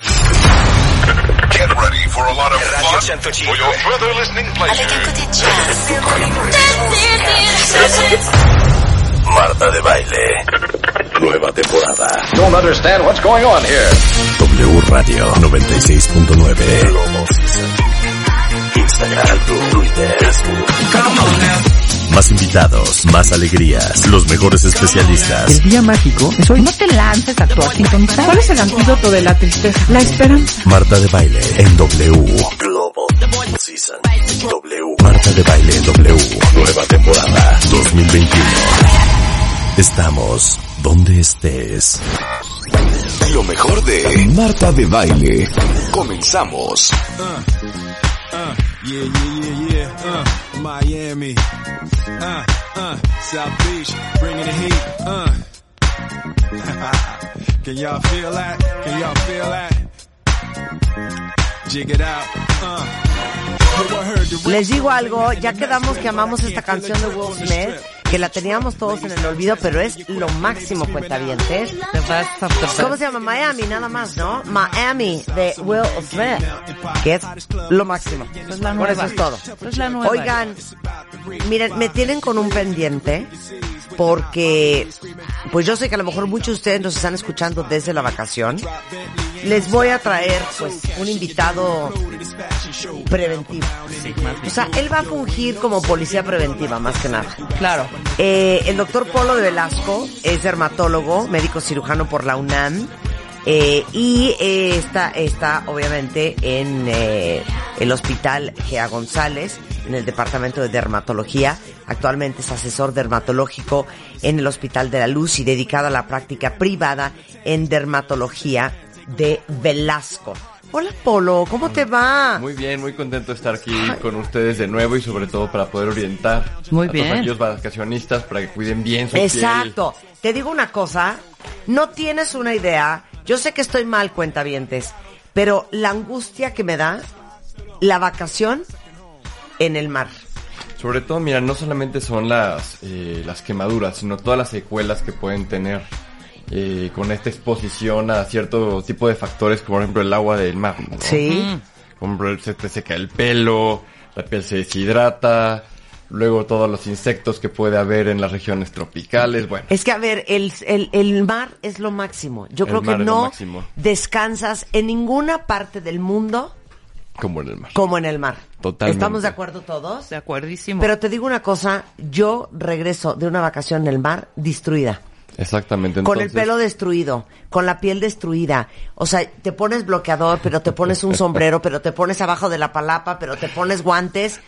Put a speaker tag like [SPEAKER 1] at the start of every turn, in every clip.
[SPEAKER 1] Get ready for a lot of
[SPEAKER 2] Radio
[SPEAKER 1] fun
[SPEAKER 2] 105.
[SPEAKER 1] for your further listening
[SPEAKER 3] Avec un
[SPEAKER 1] pleasure.
[SPEAKER 3] côté jazz.
[SPEAKER 2] Marta de Baile. Nueva temporada.
[SPEAKER 4] don't understand what's going on here.
[SPEAKER 2] W Radio 96.9. Instagram, Twitter, Más invitados, más alegrías, los mejores especialistas.
[SPEAKER 5] El día mágico es hoy. No te lances a tu sintonizar. ¿Cuál es el antídoto de la tristeza? La esperanza.
[SPEAKER 2] Marta de Baile en W. Globo Season. W. Marta de Baile en W. Nueva temporada 2021. Estamos donde estés.
[SPEAKER 6] Lo mejor de Marta de Baile. Comenzamos.
[SPEAKER 7] Uh, yeah, yeah, yeah, yeah. Uh, Miami. Uh, uh, South Beach, bringing the heat. Uh. Can y'all feel that? Can y'all feel that? Jig it out. Uh. Yo, I heard the
[SPEAKER 8] Les digo algo, ya quedamos que amamos esta canción de Will Smith, que la teníamos todos en el olvido, pero es lo máximo cuentavientes. ¿Cómo se llama? Miami, nada más, ¿no? Miami de Will Smith, que es lo máximo. Por eso es todo. Oigan, miren, me tienen con un pendiente porque, pues yo sé que a lo mejor muchos de ustedes nos están escuchando desde la vacación. Les voy a traer, pues, un invitado preventivo. O sea, él va a fungir como policía preventiva, más que nada.
[SPEAKER 5] Claro.
[SPEAKER 8] Eh, el doctor Polo de Velasco es dermatólogo, médico cirujano por la UNAM. eh, y eh, está, está obviamente en eh, el hospital Gea González, en el departamento de dermatología. Actualmente es asesor dermatológico en el Hospital de la Luz y dedicado a la práctica privada en dermatología de Velasco. Hola Polo, ¿cómo te va?
[SPEAKER 9] Muy bien, muy contento de estar aquí con ustedes de nuevo y sobre todo para poder orientar
[SPEAKER 5] Muy
[SPEAKER 9] a
[SPEAKER 5] bien.
[SPEAKER 9] todos aquellos vacacionistas para que cuiden bien su
[SPEAKER 8] Exacto. Te digo una cosa, no tienes una idea. Yo sé que estoy mal, cuentavientes, pero la angustia que me da la vacación en el mar.
[SPEAKER 9] piel. Sobre todo, mira, no solamente son las eh, las quemaduras, sino todas las secuelas que pueden tener eh, con esta exposición a cierto tipo de factores, como por ejemplo el agua del mar. ¿no? Como por ejemplo, se te seca el pelo, la piel se deshidrata, luego todos los insectos que puede haber en las regiones tropicales, bueno.
[SPEAKER 8] Es que, a ver, el, el, el mar es lo máximo. Yo
[SPEAKER 9] El
[SPEAKER 8] creo que
[SPEAKER 9] mar es lo
[SPEAKER 8] no
[SPEAKER 9] máximo.
[SPEAKER 8] descansas en ninguna parte del mundo
[SPEAKER 9] Como en el mar.
[SPEAKER 8] como en el mar.
[SPEAKER 9] Totalmente.
[SPEAKER 8] ¿Estamos de acuerdo todos?
[SPEAKER 5] De acuerdísimo.
[SPEAKER 8] Pero te digo una cosa, yo regreso de una vacación en el mar destruida.
[SPEAKER 9] Exactamente.
[SPEAKER 8] Con el
[SPEAKER 9] entonces-
[SPEAKER 8] pelo destruido, con la piel destruida. O sea, te pones bloqueador, pero te pones un sombrero, pero te pones abajo de la palapa, pero te pones guantes.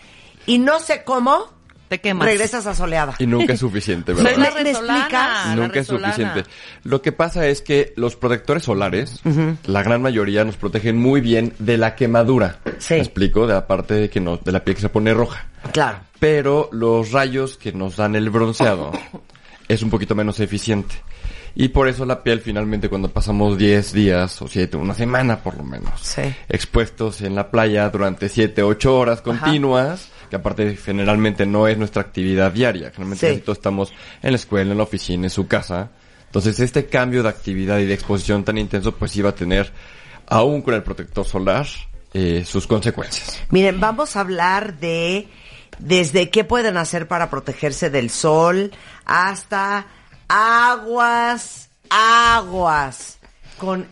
[SPEAKER 8] Y no sé cómo
[SPEAKER 5] te quemas.
[SPEAKER 8] regresas a soleada.
[SPEAKER 9] Y nunca es suficiente,
[SPEAKER 5] Es
[SPEAKER 9] ¿verdad?
[SPEAKER 5] la
[SPEAKER 8] ¿Me- me
[SPEAKER 5] resolana,
[SPEAKER 8] explicas?
[SPEAKER 5] la
[SPEAKER 9] Nunca es
[SPEAKER 5] resolana.
[SPEAKER 9] suficiente. Lo que pasa es que los protectores solares, la gran mayoría nos protegen muy bien de la quemadura.
[SPEAKER 8] Sí.
[SPEAKER 9] ¿Me explico? De la parte de que no, de la piel que se pone roja.
[SPEAKER 8] Claro.
[SPEAKER 9] Pero los rayos que nos dan el bronceado es un poquito menos eficiente. Y por eso la piel finalmente cuando pasamos 10 días o 7, una semana por lo menos,
[SPEAKER 8] Sí.
[SPEAKER 9] expuestos en la playa durante 7, 8 horas continuas, que aparte generalmente no es nuestra actividad diaria, generalmente
[SPEAKER 8] Sí.
[SPEAKER 9] casi todos estamos en la escuela, en la oficina, en su casa. Entonces este cambio de actividad y de exposición tan intenso pues iba a tener, aún con el protector solar, eh, sus consecuencias.
[SPEAKER 8] Miren, vamos a hablar de desde qué pueden hacer para protegerse del sol hasta aguas, aguas. Con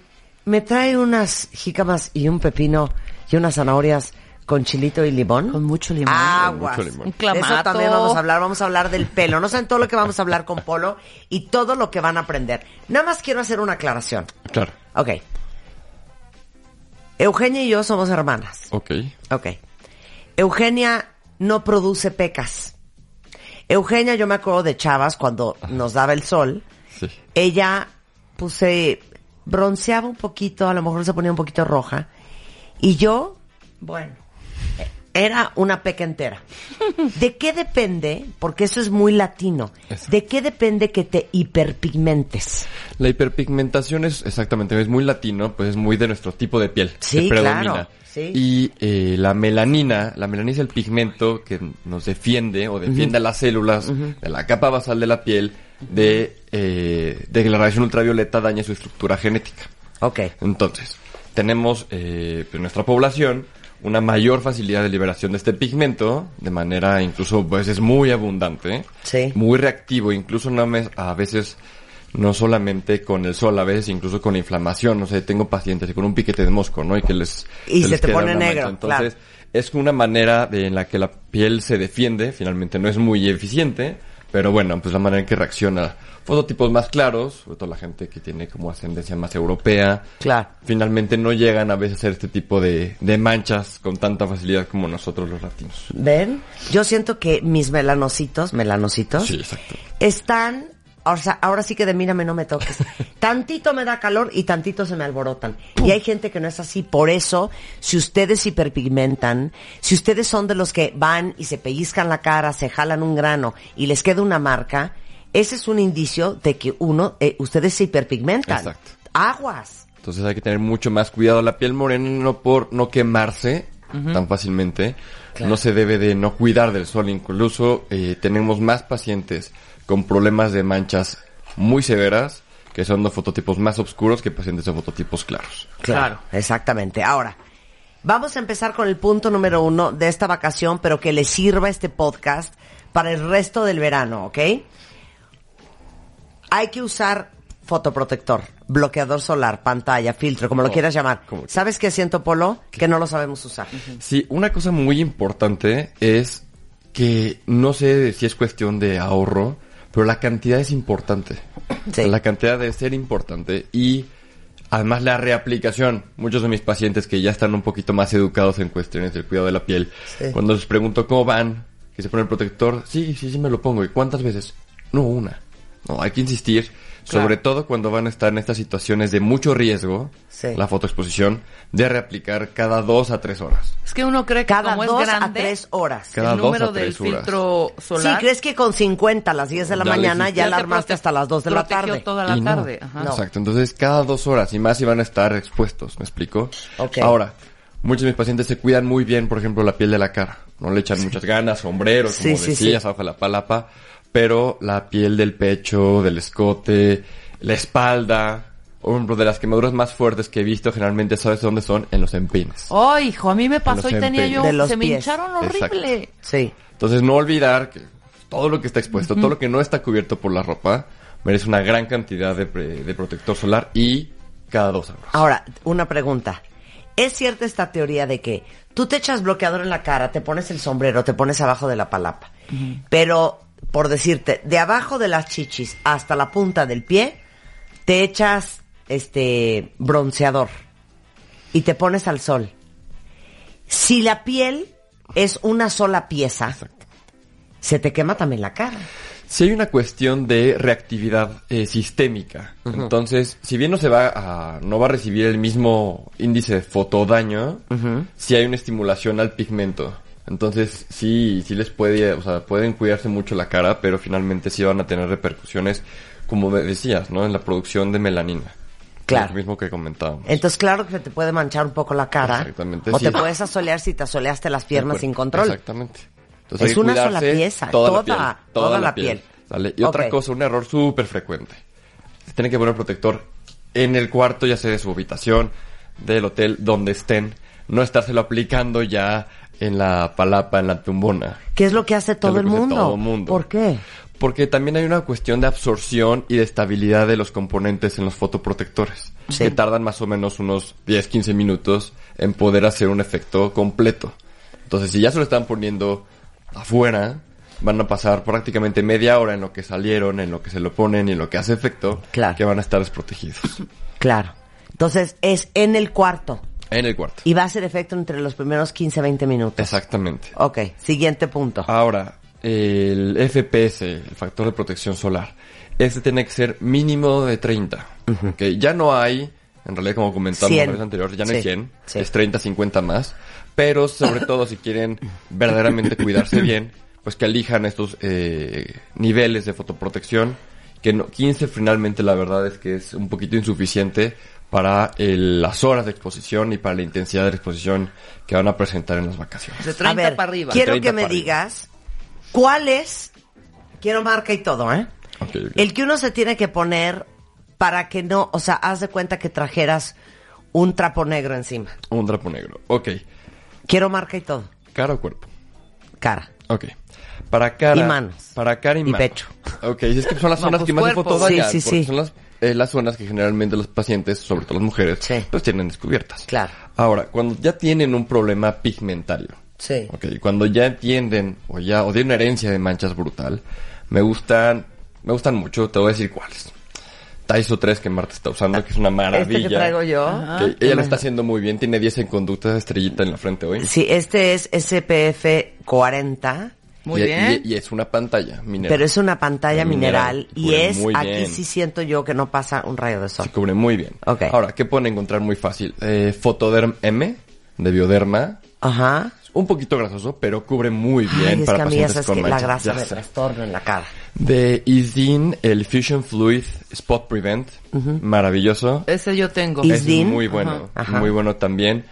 [SPEAKER 8] me trae unas jícamas y un pepino y unas zanahorias con chilito y limón.
[SPEAKER 5] Con mucho limón.
[SPEAKER 8] Aguas.
[SPEAKER 9] Con mucho limón.
[SPEAKER 5] Un clamato.
[SPEAKER 8] De Eso también vamos a hablar, vamos a hablar del pelo. No saben todo lo que vamos a hablar con Polo y todo lo que van a aprender. Nada más quiero hacer una aclaración.
[SPEAKER 9] Claro.
[SPEAKER 8] Ok. Eugenia y yo somos hermanas.
[SPEAKER 9] Ok.
[SPEAKER 8] Ok. Eugenia no produce pecas. Eugenia, yo me acuerdo de Chavas cuando nos daba el sol.
[SPEAKER 9] Sí.
[SPEAKER 8] Ella, pues, se, bronceaba un poquito, a lo mejor se ponía un poquito roja. Y yo, bueno, era una peca entera. ¿De qué depende? Porque eso es muy latino.
[SPEAKER 9] Eso.
[SPEAKER 8] ¿De qué depende que te hiperpigmentes?
[SPEAKER 9] La hiperpigmentación es exactamente, es muy latino, pues es muy de nuestro tipo de piel.
[SPEAKER 8] Sí,
[SPEAKER 9] que predomina.
[SPEAKER 8] claro, sí.
[SPEAKER 9] Y eh, la melanina, la melanina es el pigmento que nos defiende o defiende a las células de la capa basal de la piel de, eh, de que la radiación ultravioleta dañe su estructura genética.
[SPEAKER 8] Ok.
[SPEAKER 9] Entonces, tenemos eh, en nuestra población una mayor facilidad de liberación de este pigmento, de manera incluso, pues es muy abundante,
[SPEAKER 8] Sí.
[SPEAKER 9] muy reactivo, incluso no me- a veces no solamente con el sol, a veces incluso con la inflamación, no sé, tengo pacientes con un piquete de mosco, ¿no? Y que les...
[SPEAKER 8] Y
[SPEAKER 9] que
[SPEAKER 8] se
[SPEAKER 9] les
[SPEAKER 8] te
[SPEAKER 9] queda
[SPEAKER 8] pone
[SPEAKER 9] una
[SPEAKER 8] negro,
[SPEAKER 9] Entonces, es una manera de- en la que la piel se defiende, finalmente no es muy eficiente, pero bueno, pues la manera en que reacciona. Fototipos más claros, sobre todo la gente que tiene como ascendencia más europea.
[SPEAKER 8] Claro.
[SPEAKER 9] Finalmente no llegan a veces a hacer este tipo de, de manchas con tanta facilidad como nosotros los latinos.
[SPEAKER 8] ¿Ven? Yo siento que mis melanocitos, melanocitos,
[SPEAKER 9] Sí, exacto.
[SPEAKER 8] están, o sea, ahora sí que de mírame no me toques. tantito me da calor y tantito se me alborotan. Y hay gente que no es así. Por eso, si ustedes hiperpigmentan, si ustedes son de los que van y se pellizcan la cara, se jalan un grano y les queda una marca, ese es un indicio de que uno, eh, ustedes se hiperpigmentan.
[SPEAKER 9] Exacto.
[SPEAKER 8] Aguas.
[SPEAKER 9] Entonces hay que tener mucho más cuidado. La piel morena no por no quemarse tan fácilmente. No se debe de no cuidar del sol. Incluso eh, tenemos más pacientes con problemas de manchas muy severas que son de fototipos más oscuros que pacientes de fototipos claros.
[SPEAKER 8] Claro. Exactamente. Ahora, vamos a empezar con el punto número uno de esta vacación, pero que le sirva este podcast para el resto del verano, ¿ok? Hay que usar fotoprotector, bloqueador solar, pantalla, filtro, como lo
[SPEAKER 9] Oh,
[SPEAKER 8] quieras llamar.
[SPEAKER 9] como-
[SPEAKER 8] ¿Sabes qué siento, Polo? Que no lo sabemos usar.
[SPEAKER 9] Sí, una cosa muy importante es que no sé si es cuestión de ahorro, pero la cantidad es importante.
[SPEAKER 8] Sí.
[SPEAKER 9] La cantidad debe ser importante y además la reaplicación. Muchos de mis pacientes que ya están un poquito más educados en cuestiones del cuidado de la piel,
[SPEAKER 8] Sí.
[SPEAKER 9] cuando les pregunto cómo van, que se pone el protector, sí, sí, sí me lo pongo. ¿Y cuántas veces? No, una. No, hay que insistir. Sobre todo cuando van a estar en estas situaciones de mucho riesgo,
[SPEAKER 8] Sí.
[SPEAKER 9] la fotoexposición, de reaplicar cada dos a tres horas.
[SPEAKER 3] Es que uno cree que
[SPEAKER 8] Cada
[SPEAKER 3] como
[SPEAKER 8] dos
[SPEAKER 3] es
[SPEAKER 8] a
[SPEAKER 3] grande,
[SPEAKER 8] tres horas.
[SPEAKER 9] Cada
[SPEAKER 3] el
[SPEAKER 9] dos a
[SPEAKER 3] número del
[SPEAKER 9] tres horas.
[SPEAKER 3] filtro solar.
[SPEAKER 8] Sí, crees que con 50 a las 10 de la
[SPEAKER 9] Ya le
[SPEAKER 8] mañana
[SPEAKER 9] hiciste.
[SPEAKER 8] ya
[SPEAKER 3] te
[SPEAKER 8] la armaste
[SPEAKER 3] prote-
[SPEAKER 8] hasta las 2 de la
[SPEAKER 3] protegió
[SPEAKER 8] tarde.
[SPEAKER 3] toda la
[SPEAKER 9] Y no.
[SPEAKER 3] tarde. Ajá.
[SPEAKER 8] No.
[SPEAKER 9] Exacto. Entonces, cada dos horas y más iban a estar expuestos, ¿me explico?
[SPEAKER 8] Ok.
[SPEAKER 9] Ahora, muchos de mis pacientes se cuidan muy bien, por ejemplo, la piel de la cara. No le echan muchas ganas, sombreros,
[SPEAKER 8] Sí,
[SPEAKER 9] como
[SPEAKER 8] sí,
[SPEAKER 9] decías,
[SPEAKER 8] sí.
[SPEAKER 9] abajo de la palapa. Pero la piel del pecho, del escote, la espalda, por ejemplo, de las quemaduras más fuertes que he visto, generalmente sabes dónde son, en los empines.
[SPEAKER 3] Oh, hijo, a mí me pasó
[SPEAKER 9] los
[SPEAKER 3] y tenía
[SPEAKER 9] empeines.
[SPEAKER 3] yo...
[SPEAKER 8] De los
[SPEAKER 3] Se me
[SPEAKER 8] pies.
[SPEAKER 3] hincharon horrible.
[SPEAKER 8] Sí.
[SPEAKER 9] Entonces no olvidar que todo lo que está expuesto, todo lo que no está cubierto por la ropa, merece una gran cantidad de, pre- de protector solar y cada dos horas.
[SPEAKER 8] Ahora, una pregunta. ¿Es cierta esta teoría de que tú te echas bloqueador en la cara, te pones el sombrero, te pones abajo de la palapa? Pero, por decirte, de abajo de las chichis hasta la punta del pie, te echas este bronceador y te pones al sol. Si la piel es una sola pieza, se te quema también la cara.
[SPEAKER 9] Si hay una cuestión de reactividad eh, sistémica. Entonces, si bien no se va a, no va a recibir el mismo índice de fotodaño, si hay una estimulación al pigmento. Entonces, sí, sí les puede, o sea, pueden cuidarse mucho la cara, pero finalmente sí van a tener repercusiones, como me decías, ¿no? En la producción de melanina.
[SPEAKER 8] Claro.
[SPEAKER 9] Lo mismo que comentábamos.
[SPEAKER 8] Entonces, claro que se te puede manchar un poco la cara.
[SPEAKER 9] Exactamente,
[SPEAKER 8] O
[SPEAKER 9] sí.
[SPEAKER 8] te puedes asolear si te asoleaste las piernas
[SPEAKER 9] Bueno,
[SPEAKER 8] sin control.
[SPEAKER 9] Exactamente. Entonces,
[SPEAKER 8] Es
[SPEAKER 9] hay que
[SPEAKER 8] una sola
[SPEAKER 9] cuidarse
[SPEAKER 8] pieza, toda, toda la piel.
[SPEAKER 9] ¿sale? Y
[SPEAKER 8] Ok.
[SPEAKER 9] otra cosa, un error súper frecuente. Se tiene que poner protector en el cuarto, ya sea de su habitación, del hotel, donde estén. No estárselo aplicando ya en la palapa, en la tumbona.
[SPEAKER 8] ¿Qué es lo que hace todo
[SPEAKER 9] Que es
[SPEAKER 8] el
[SPEAKER 9] lo que hace
[SPEAKER 8] mundo?
[SPEAKER 9] todo mundo.
[SPEAKER 8] ¿Por qué?
[SPEAKER 9] Porque también hay una cuestión de absorción y de estabilidad de los componentes en los fotoprotectores.
[SPEAKER 8] Sí.
[SPEAKER 9] Que tardan más o menos unos 10, 15 minutos en poder hacer un efecto completo. Entonces, si ya se lo están poniendo afuera, van a pasar prácticamente media hora en lo que salieron, en lo que se lo ponen y en lo que hace efecto,
[SPEAKER 8] Claro.
[SPEAKER 9] que van a estar desprotegidos.
[SPEAKER 8] Claro. Entonces es en el cuarto
[SPEAKER 9] En el cuarto.
[SPEAKER 8] y va a hacer efecto entre los primeros 15, 20 minutos.
[SPEAKER 9] Exactamente.
[SPEAKER 8] Ok,
[SPEAKER 9] Ah.
[SPEAKER 8] siguiente punto.
[SPEAKER 9] Ahora, el FPS, el factor de protección solar. este tiene que ser mínimo de 30. Ok, Ya no hay, en realidad como comentamos la
[SPEAKER 8] 100.
[SPEAKER 9] vez anterior, ya no hay
[SPEAKER 8] Sí,
[SPEAKER 9] 100,
[SPEAKER 8] sí.
[SPEAKER 9] es 30, 50 más. Pero sobre todo si quieren verdaderamente cuidarse bien, pues que elijan estos eh, niveles de fotoprotección. Que no, 15 finalmente la verdad es que es un poquito insuficiente para el- las horas de exposición y para la intensidad de la exposición que van a presentar en las vacaciones.
[SPEAKER 3] De
[SPEAKER 8] A
[SPEAKER 3] 30
[SPEAKER 8] ver,
[SPEAKER 3] para arriba.
[SPEAKER 8] quiero
[SPEAKER 9] 30
[SPEAKER 8] que me
[SPEAKER 9] para arriba.
[SPEAKER 8] digas cuál es, quiero marca y todo, ¿eh?
[SPEAKER 9] Ok, ok.
[SPEAKER 8] El que uno se tiene que poner para que no, o sea, haz de cuenta que trajeras un trapo negro encima.
[SPEAKER 9] Un trapo negro. Ok.
[SPEAKER 8] Quiero marca y todo.
[SPEAKER 9] Cara o cuerpo.
[SPEAKER 8] Cara.
[SPEAKER 9] Ok. Para cara.
[SPEAKER 8] Y manos.
[SPEAKER 9] Para cara y,
[SPEAKER 8] Y
[SPEAKER 9] manos.
[SPEAKER 8] pecho.
[SPEAKER 9] Ok, es que son las
[SPEAKER 3] No,
[SPEAKER 9] zonas
[SPEAKER 3] pues
[SPEAKER 9] que más se
[SPEAKER 3] cuerpo.
[SPEAKER 9] fotodañan.
[SPEAKER 8] Sí, sí,
[SPEAKER 9] porque
[SPEAKER 8] sí.
[SPEAKER 9] Son las, eh, las zonas que generalmente los pacientes, sobre todo las mujeres,
[SPEAKER 8] Sí.
[SPEAKER 9] pues tienen descubiertas.
[SPEAKER 8] Claro.
[SPEAKER 9] Ahora, cuando ya tienen un problema pigmentario.
[SPEAKER 8] Sí.
[SPEAKER 9] Ok, cuando ya entienden o ya o tienen una herencia de manchas brutal, me gustan, me gustan mucho, te voy a decir cuáles. Taiso 3 que Marta está usando, que es una maravilla.
[SPEAKER 8] Este que traigo yo.
[SPEAKER 9] Ok, Ella lo está haciendo muy bien, tiene 10 en conductas estrellita en la frente hoy.
[SPEAKER 8] Sí, este es SPF 40,
[SPEAKER 3] Muy
[SPEAKER 9] y,
[SPEAKER 3] bien.
[SPEAKER 9] Y, y es una pantalla mineral.
[SPEAKER 8] pero es una pantalla mineral,
[SPEAKER 9] Mineral,
[SPEAKER 8] y
[SPEAKER 9] cubre
[SPEAKER 8] es,
[SPEAKER 9] muy
[SPEAKER 8] aquí
[SPEAKER 9] bien.
[SPEAKER 8] sí siento yo que no pasa un rayo de sol.
[SPEAKER 9] Se cubre muy bien.
[SPEAKER 8] Ok.
[SPEAKER 9] Ahora, ¿qué pueden encontrar muy fácil? Eh, Fotoderm M, de Bioderma.
[SPEAKER 8] Ajá.
[SPEAKER 9] Un poquito grasoso, pero cubre muy bien
[SPEAKER 8] Ay, es que
[SPEAKER 9] para
[SPEAKER 8] a mí ya
[SPEAKER 9] pacientes
[SPEAKER 8] sabes
[SPEAKER 9] con
[SPEAKER 8] que la
[SPEAKER 9] manchas.
[SPEAKER 8] grasa
[SPEAKER 9] Ya
[SPEAKER 8] me
[SPEAKER 9] sé.
[SPEAKER 8] trastorno en la cara.
[SPEAKER 9] De Isdin, el Fusion Fluid Spot Prevent. Maravilloso.
[SPEAKER 3] Ese yo tengo.
[SPEAKER 8] Y-
[SPEAKER 9] Es
[SPEAKER 8] Isdin.
[SPEAKER 9] muy bueno.
[SPEAKER 8] Ajá. Ajá.
[SPEAKER 9] Muy bueno también.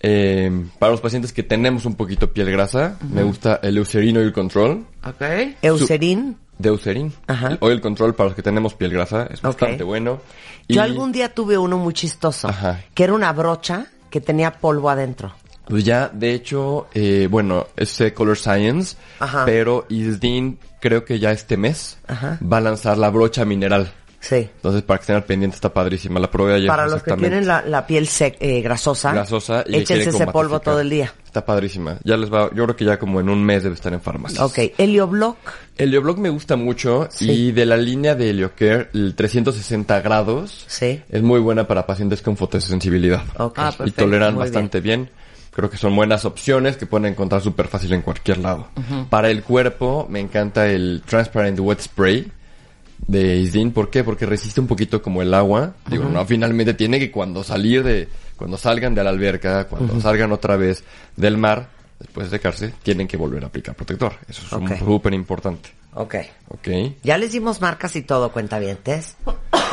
[SPEAKER 9] Eh, para los pacientes que tenemos un poquito piel grasa, me gusta el Eucerin Oil Control.
[SPEAKER 3] Ok.
[SPEAKER 8] Eucerin.
[SPEAKER 9] De Eucerin.
[SPEAKER 8] Ajá.
[SPEAKER 9] El Oil Control para los que tenemos piel grasa es bastante bueno.
[SPEAKER 8] Yo
[SPEAKER 9] Y-
[SPEAKER 8] algún día tuve uno muy chistoso,
[SPEAKER 9] Ajá.
[SPEAKER 8] que era una brocha que tenía polvo adentro.
[SPEAKER 9] Pues ya, de hecho, eh, bueno, es eh, Color Science,
[SPEAKER 8] Ajá.
[SPEAKER 9] pero Isdin creo que ya este mes
[SPEAKER 8] Ajá.
[SPEAKER 9] va a lanzar la brocha mineral.
[SPEAKER 8] Sí.
[SPEAKER 9] Entonces, para que estén al pendiente, está padrísima. La probé ayer.
[SPEAKER 8] Para los que
[SPEAKER 9] exactamente.
[SPEAKER 8] tienen la, la piel sec- eh, grasosa,
[SPEAKER 9] grasosa y que
[SPEAKER 8] échense
[SPEAKER 9] quieren
[SPEAKER 8] ese polvo
[SPEAKER 9] comatificar.
[SPEAKER 8] todo el día.
[SPEAKER 9] Está padrísima. Ya les va, yo creo que ya como en un mes debe estar en farmacias.
[SPEAKER 8] Ok, helioblock.
[SPEAKER 9] El Helioblog me gusta mucho
[SPEAKER 8] Sí.
[SPEAKER 9] y de la línea de Heliocare, el 360 grados,
[SPEAKER 8] Sí.
[SPEAKER 9] es muy buena para pacientes con fotosensibilidad.
[SPEAKER 8] Ok.
[SPEAKER 3] Ah,
[SPEAKER 9] y
[SPEAKER 3] perfecto,
[SPEAKER 9] toleran
[SPEAKER 8] muy
[SPEAKER 9] bastante bien. Creo que son buenas opciones que pueden encontrar súper fácil en cualquier lado. Para el cuerpo me encanta el Transparent Wet Spray de Isdin. ¿Por qué? Porque resiste un poquito como el agua. Digo, no, finalmente tiene que cuando salir de, cuando salgan de la alberca, cuando salgan otra vez del mar, después de secarse, tienen que volver a aplicar protector. Eso es un
[SPEAKER 8] Ok.
[SPEAKER 9] súper importante.
[SPEAKER 8] Ok.
[SPEAKER 9] ¿Ok?
[SPEAKER 8] Ya les dimos marcas y todo, cuentavientes,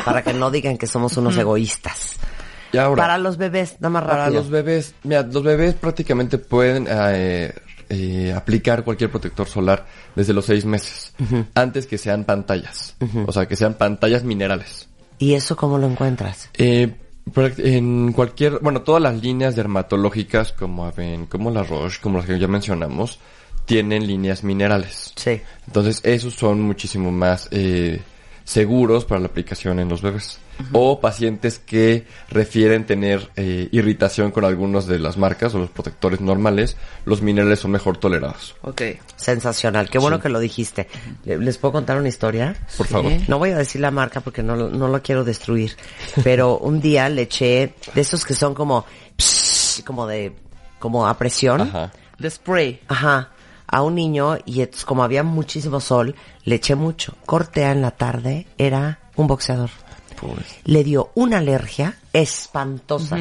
[SPEAKER 8] para que no digan que somos unos egoístas.
[SPEAKER 9] Y ahora,
[SPEAKER 8] para los bebés, nada más
[SPEAKER 9] Para
[SPEAKER 8] rápido.
[SPEAKER 9] los bebés, mira, los bebés prácticamente pueden eh, eh, aplicar cualquier protector solar desde los seis meses, antes que sean pantallas, o sea, que sean pantallas minerales.
[SPEAKER 8] ¿Y eso cómo lo encuentras?
[SPEAKER 9] Eh, prac- en cualquier, bueno, todas las líneas dermatológicas como Aven, como la Roche, como las que ya mencionamos, tienen líneas minerales.
[SPEAKER 8] Sí.
[SPEAKER 9] Entonces, esos son muchísimo más eh, seguros para la aplicación en los bebés. O pacientes que refieren tener eh, irritación con algunos de las marcas o los protectores normales, los minerales son mejor tolerados.
[SPEAKER 3] Ok.
[SPEAKER 8] Sensacional. Qué bueno que lo dijiste. ¿Le- ¿Les puedo contar una historia?
[SPEAKER 9] Por favor.
[SPEAKER 8] No voy a decir la marca porque no, lo- no lo quiero destruir. Pero un día le eché de esos que son como, pss, como de, como a presión.
[SPEAKER 9] Ajá.
[SPEAKER 3] The spray.
[SPEAKER 8] Ajá, a un niño y entonces, como había muchísimo sol, le eché mucho. Cortea en la tarde, era un boxeador.
[SPEAKER 9] Pues,
[SPEAKER 8] Le dio una alergia espantosa.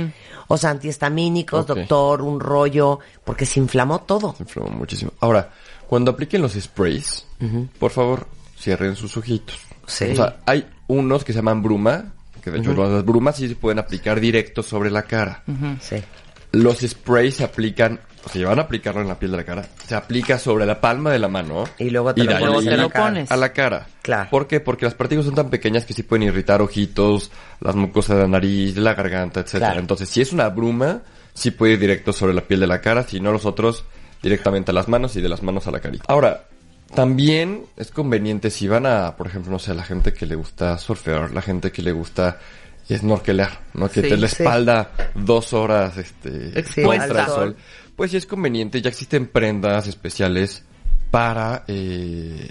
[SPEAKER 8] O sea, antihistamínicos,
[SPEAKER 9] Ok.
[SPEAKER 8] doctor, un rollo, porque se inflamó todo.
[SPEAKER 9] se inflamó muchísimo. Ahora, cuando apliquen los sprays, por favor, cierren sus ojitos.
[SPEAKER 8] Sí.
[SPEAKER 9] O sea, hay unos que se llaman bruma, que de hecho las brumas sí se pueden aplicar directo sobre la cara.
[SPEAKER 8] Sí.
[SPEAKER 9] Los sprays se aplican, o sea, van a aplicarlo en la piel de la cara, se aplica sobre la palma de la mano.
[SPEAKER 8] Y luego te lo pones
[SPEAKER 9] de ahí
[SPEAKER 8] en la
[SPEAKER 9] a
[SPEAKER 8] cara.
[SPEAKER 9] A la cara.
[SPEAKER 8] Claro.
[SPEAKER 9] ¿Por qué? Porque las partículas son tan pequeñas que sí pueden irritar ojitos, las mucosas de la nariz, la garganta, etcétera.
[SPEAKER 8] Claro.
[SPEAKER 9] Entonces, si es una bruma, sí puede ir directo sobre la piel de la cara, si no los otros, directamente a las manos y de las manos a la carita. Ahora, también es conveniente si van a, por ejemplo, no sé, a la gente que le gusta surfear, la gente que le gusta snorkelar, ¿no? Que
[SPEAKER 3] Sí,
[SPEAKER 9] te la
[SPEAKER 8] sí.
[SPEAKER 9] espalda dos horas, este,
[SPEAKER 3] Expuesta.
[SPEAKER 9] contra el
[SPEAKER 8] Al sol.
[SPEAKER 9] sol. Pues sí es conveniente, ya existen prendas especiales para eh,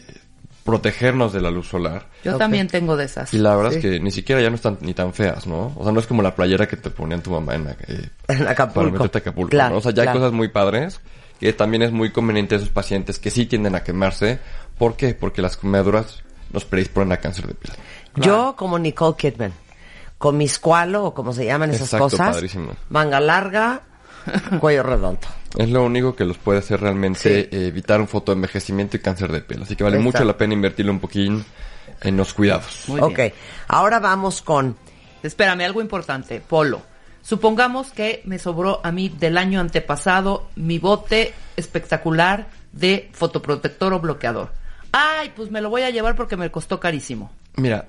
[SPEAKER 9] protegernos de la luz solar.
[SPEAKER 3] Yo también tengo de esas.
[SPEAKER 9] Y la verdad es que ni siquiera ya no están ni tan feas, ¿no? O sea, no es como la playera que te ponían tu mamá en, la- eh,
[SPEAKER 8] En Acapulco.
[SPEAKER 9] para meterte a Acapulco.
[SPEAKER 8] Claro,
[SPEAKER 9] ¿no? O sea, ya
[SPEAKER 8] claro.
[SPEAKER 9] hay cosas muy padres que también es muy conveniente a esos pacientes que sí tienden a quemarse. ¿Por qué? Porque las quemaduras nos predisponen a cáncer de piel.
[SPEAKER 8] Yo, como Nicole Kidman, con mis cualo o como se llaman esas
[SPEAKER 9] Exacto,
[SPEAKER 8] cosas,
[SPEAKER 9] padrísimo.
[SPEAKER 8] manga larga, cuello redondo.
[SPEAKER 9] Es lo único que los puede hacer realmente eh, evitar un fotoenvejecimiento y cáncer de piel. Así que vale
[SPEAKER 8] Ahí está.
[SPEAKER 9] mucho la pena invertirle un poquín en los cuidados.
[SPEAKER 3] Muy
[SPEAKER 8] ok,
[SPEAKER 3] bien.
[SPEAKER 8] ahora vamos con.
[SPEAKER 3] Espérame, algo importante. Polo. Supongamos que me sobró a mí del año antepasado mi bote espectacular de fotoprotector o bloqueador. Ay, pues me lo voy a llevar porque me costó carísimo.
[SPEAKER 9] Mira,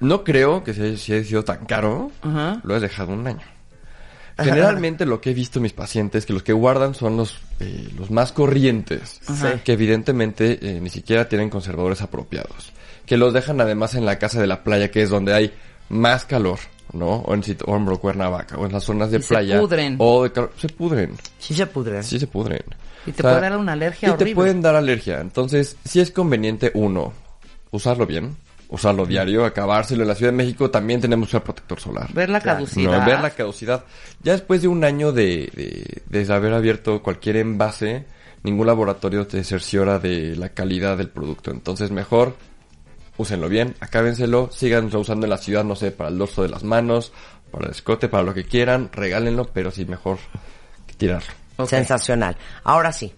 [SPEAKER 9] no creo que si haya, si haya sido tan caro,
[SPEAKER 3] Ajá.
[SPEAKER 9] lo has dejado un año. Generalmente lo que he visto en mis pacientes, que los que guardan son los, eh, los más corrientes, que evidentemente eh, ni siquiera tienen conservadores apropiados, que los dejan además en la casa de la playa, que es donde hay más calor, ¿no? O en Sit- o en Cuernavaca, o en las zonas de
[SPEAKER 3] Y se
[SPEAKER 9] playa.
[SPEAKER 3] pudren.
[SPEAKER 9] O de calor. Se pudren.
[SPEAKER 8] Sí se pudre.
[SPEAKER 9] Sí se pudren.
[SPEAKER 3] Y te puede dar una alergia
[SPEAKER 9] y
[SPEAKER 3] horrible.
[SPEAKER 9] te pueden dar alergia. Entonces, sí es conveniente, uno, usarlo bien, usarlo diario, acabárselo. En la Ciudad de México también tenemos que usar protector solar.
[SPEAKER 3] Ver la caducidad.
[SPEAKER 9] No, ver la caducidad. Ya después de un año de, de, de haber abierto cualquier envase, ningún laboratorio te cerciora de la calidad del producto. Entonces, mejor úsenlo bien, acábenselo, síganlo usando en la ciudad, no sé, para el dorso de las manos, para el escote, para lo que quieran, regálenlo, pero sí mejor tirarlo.
[SPEAKER 3] Ok.
[SPEAKER 8] Sensacional. Ahora sí.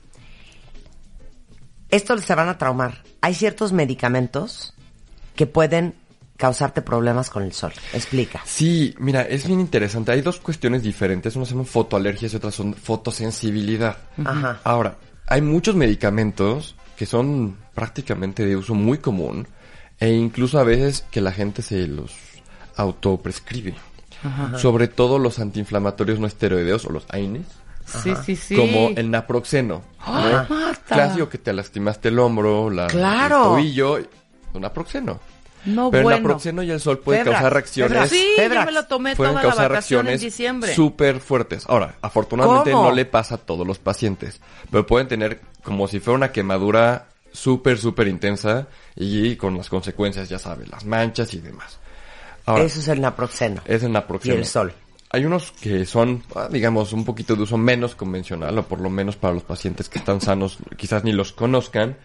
[SPEAKER 8] Esto se van a traumar. Hay ciertos medicamentos que pueden causarte problemas con el sol. Explica.
[SPEAKER 9] Sí, mira, es bien interesante. Hay dos cuestiones diferentes. Unas son fotoalergias y otras son fotosensibilidad.
[SPEAKER 8] Ajá.
[SPEAKER 9] Ahora, hay muchos medicamentos que son prácticamente de uso muy común e incluso a veces que la gente se los autoprescribe. Sobre todo los antiinflamatorios no esteroideos o los AINES,
[SPEAKER 3] Sí, sí, sí.
[SPEAKER 9] E como el naproxeno.
[SPEAKER 3] ¡Ah, Marta!
[SPEAKER 9] Clásico que te lastimaste el hombro, la,
[SPEAKER 8] Claro.
[SPEAKER 9] el tobillo, un naproxeno.
[SPEAKER 3] No,
[SPEAKER 9] Pero
[SPEAKER 3] bueno.
[SPEAKER 9] el naproxeno y el sol pueden
[SPEAKER 8] Febra,
[SPEAKER 9] causar reacciones
[SPEAKER 3] Sí,
[SPEAKER 8] Febrax.
[SPEAKER 3] yo me lo tomé
[SPEAKER 9] pueden
[SPEAKER 3] toda la
[SPEAKER 9] causar
[SPEAKER 3] vacación en
[SPEAKER 9] reacciones
[SPEAKER 3] diciembre.
[SPEAKER 9] súper fuertes. Ahora, afortunadamente
[SPEAKER 8] ¿Cómo?
[SPEAKER 9] no le pasa a todos los pacientes, pero pueden tener como si fuera una quemadura súper, súper intensa y con las consecuencias, ya sabes, las manchas y demás. Ahora, eh,
[SPEAKER 8] Eso es el naproxeno.
[SPEAKER 9] es en la
[SPEAKER 8] Y el sol.
[SPEAKER 9] Hay unos que son, ah, digamos, un poquito de uso menos convencional, o por lo menos para los pacientes que están sanos, quizás ni los conozcan,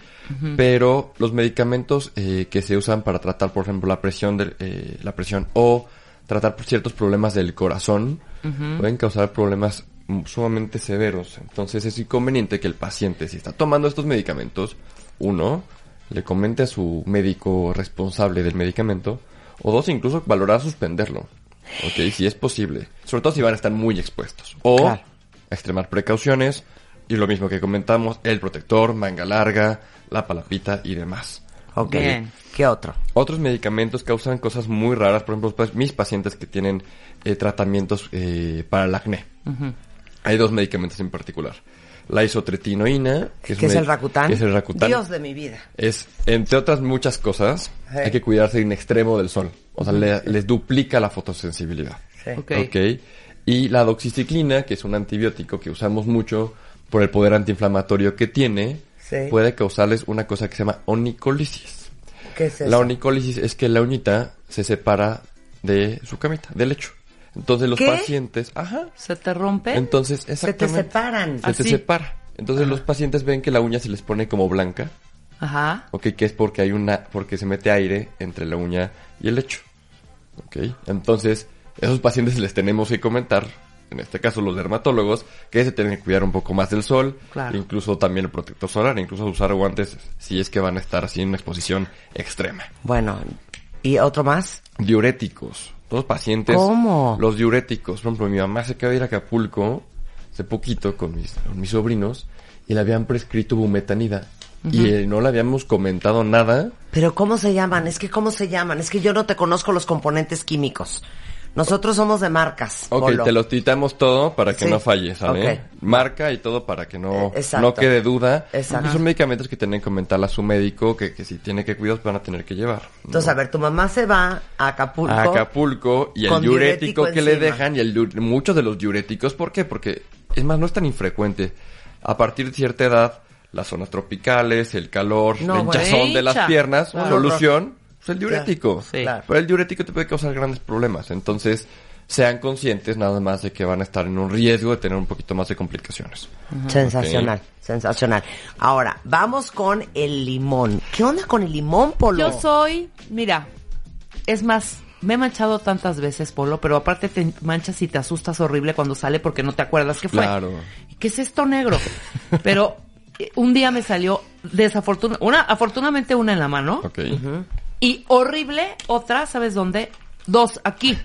[SPEAKER 9] pero los medicamentos eh, que se usan para tratar, por ejemplo, la presión, del, eh, la presión o tratar por ciertos problemas del corazón, pueden causar problemas mm, sumamente severos. Entonces es inconveniente que el paciente, si está tomando estos medicamentos, uno, le comente a su médico responsable del medicamento, o dos, incluso valorar suspenderlo. Ok, si es posible. Sobre todo si van a estar muy expuestos. O
[SPEAKER 8] Claro.
[SPEAKER 9] extremar precauciones. Y lo mismo que comentamos, el protector, manga larga, la palapita y demás.
[SPEAKER 8] Ok.
[SPEAKER 3] Bien.
[SPEAKER 8] ¿Qué otro?
[SPEAKER 9] Otros medicamentos causan cosas muy raras. Por ejemplo, pues, mis pacientes que tienen eh, tratamientos eh, para el acné. Hay dos medicamentos en particular. La isotretinoína, que es,
[SPEAKER 8] ¿Qué es
[SPEAKER 9] un
[SPEAKER 8] el
[SPEAKER 9] medi-
[SPEAKER 8] racután?
[SPEAKER 9] que es el Rakutan.
[SPEAKER 8] Dios de mi vida.
[SPEAKER 9] Es, entre otras muchas cosas,
[SPEAKER 8] Sí.
[SPEAKER 9] hay que cuidarse en extremo del sol. O sea, le- les duplica la fotosensibilidad.
[SPEAKER 3] Ok.
[SPEAKER 9] Ok. Y la doxiciclina, que es un antibiótico que usamos mucho por el poder antiinflamatorio que tiene,
[SPEAKER 8] Sí.
[SPEAKER 9] puede causarles una cosa que se llama onicolisis.
[SPEAKER 8] ¿Qué es
[SPEAKER 9] La onicólisis es que la uñita se separa de su camita, del lecho. Entonces los
[SPEAKER 8] ¿Qué?
[SPEAKER 9] pacientes, ajá,
[SPEAKER 3] ¿Se ¿Eh? te rompe?
[SPEAKER 9] entonces exactamente
[SPEAKER 8] separan.
[SPEAKER 9] se te
[SPEAKER 3] Así.
[SPEAKER 9] separa. Entonces los pacientes ven que la uña se les pone como blanca,
[SPEAKER 3] Ajá.
[SPEAKER 9] ok, que es porque hay una, porque se mete aire entre la uña y el lecho, ok. Entonces esos pacientes les tenemos que comentar, en este caso los dermatólogos, que se tienen que cuidar un poco más del sol,
[SPEAKER 3] Claro.
[SPEAKER 9] incluso también el protector solar, incluso usar guantes si es que van a estar así en una exposición extrema.
[SPEAKER 8] Bueno, ¿y otro más?
[SPEAKER 9] diuréticos. Todos pacientes.
[SPEAKER 8] ¿Cómo?
[SPEAKER 9] Los diuréticos. Por ejemplo, mi mamá se acaba de ir a Acapulco hace poquito con mis, con mis sobrinos y le habían prescrito bumetanida. Y eh, no le habíamos comentado nada.
[SPEAKER 8] Pero ¿cómo se llaman? Es que ¿cómo se llaman? Es que yo no te conozco los componentes químicos. Nosotros somos de marcas.
[SPEAKER 9] Ok,
[SPEAKER 8] Polo.
[SPEAKER 9] te lo titamos todo para que
[SPEAKER 8] Sí.
[SPEAKER 9] no falle, ¿sabes?
[SPEAKER 8] Ok.
[SPEAKER 9] Marca y todo para que no,
[SPEAKER 8] Eh, exacto.
[SPEAKER 9] no quede duda.
[SPEAKER 8] Exacto.
[SPEAKER 9] Y son medicamentos que tienen que comentarle a su médico que, que si tiene que cuidados van a tener que llevar. ¿no?
[SPEAKER 8] Entonces, a ver, tu mamá se va a Acapulco.
[SPEAKER 9] a Acapulco y el
[SPEAKER 8] Con
[SPEAKER 9] diurético,
[SPEAKER 8] diurético
[SPEAKER 9] que le
[SPEAKER 8] encima.
[SPEAKER 9] dejan y el diur- muchos de los diuréticos, ¿por qué? Porque es más no es tan infrecuente. A partir de cierta edad, las zonas tropicales, el calor,
[SPEAKER 8] No,
[SPEAKER 9] el hinchazón
[SPEAKER 3] güey,
[SPEAKER 9] de las
[SPEAKER 3] hincha.
[SPEAKER 9] piernas,
[SPEAKER 8] Claro.
[SPEAKER 9] solución, pues el diurético.
[SPEAKER 3] Sí. Claro.
[SPEAKER 9] Pero el diurético te puede causar grandes problemas, entonces sean conscientes nada más de que van a estar en un riesgo de tener un poquito más de complicaciones.
[SPEAKER 8] Sensacional, sensacional. Ahora, vamos con el limón. ¿Qué onda con el limón, Polo?
[SPEAKER 3] Yo soy, mira, es más, me he manchado tantas veces, Polo, pero aparte te manchas y te asustas horrible cuando sale porque no te acuerdas qué fue.
[SPEAKER 9] Claro.
[SPEAKER 3] ¿Qué es esto negro? Pero eh, un día me salió desafortunadamente, una, afortunadamente una en la mano
[SPEAKER 9] Ok.
[SPEAKER 3] y horrible otra, ¿sabes dónde? Dos, aquí,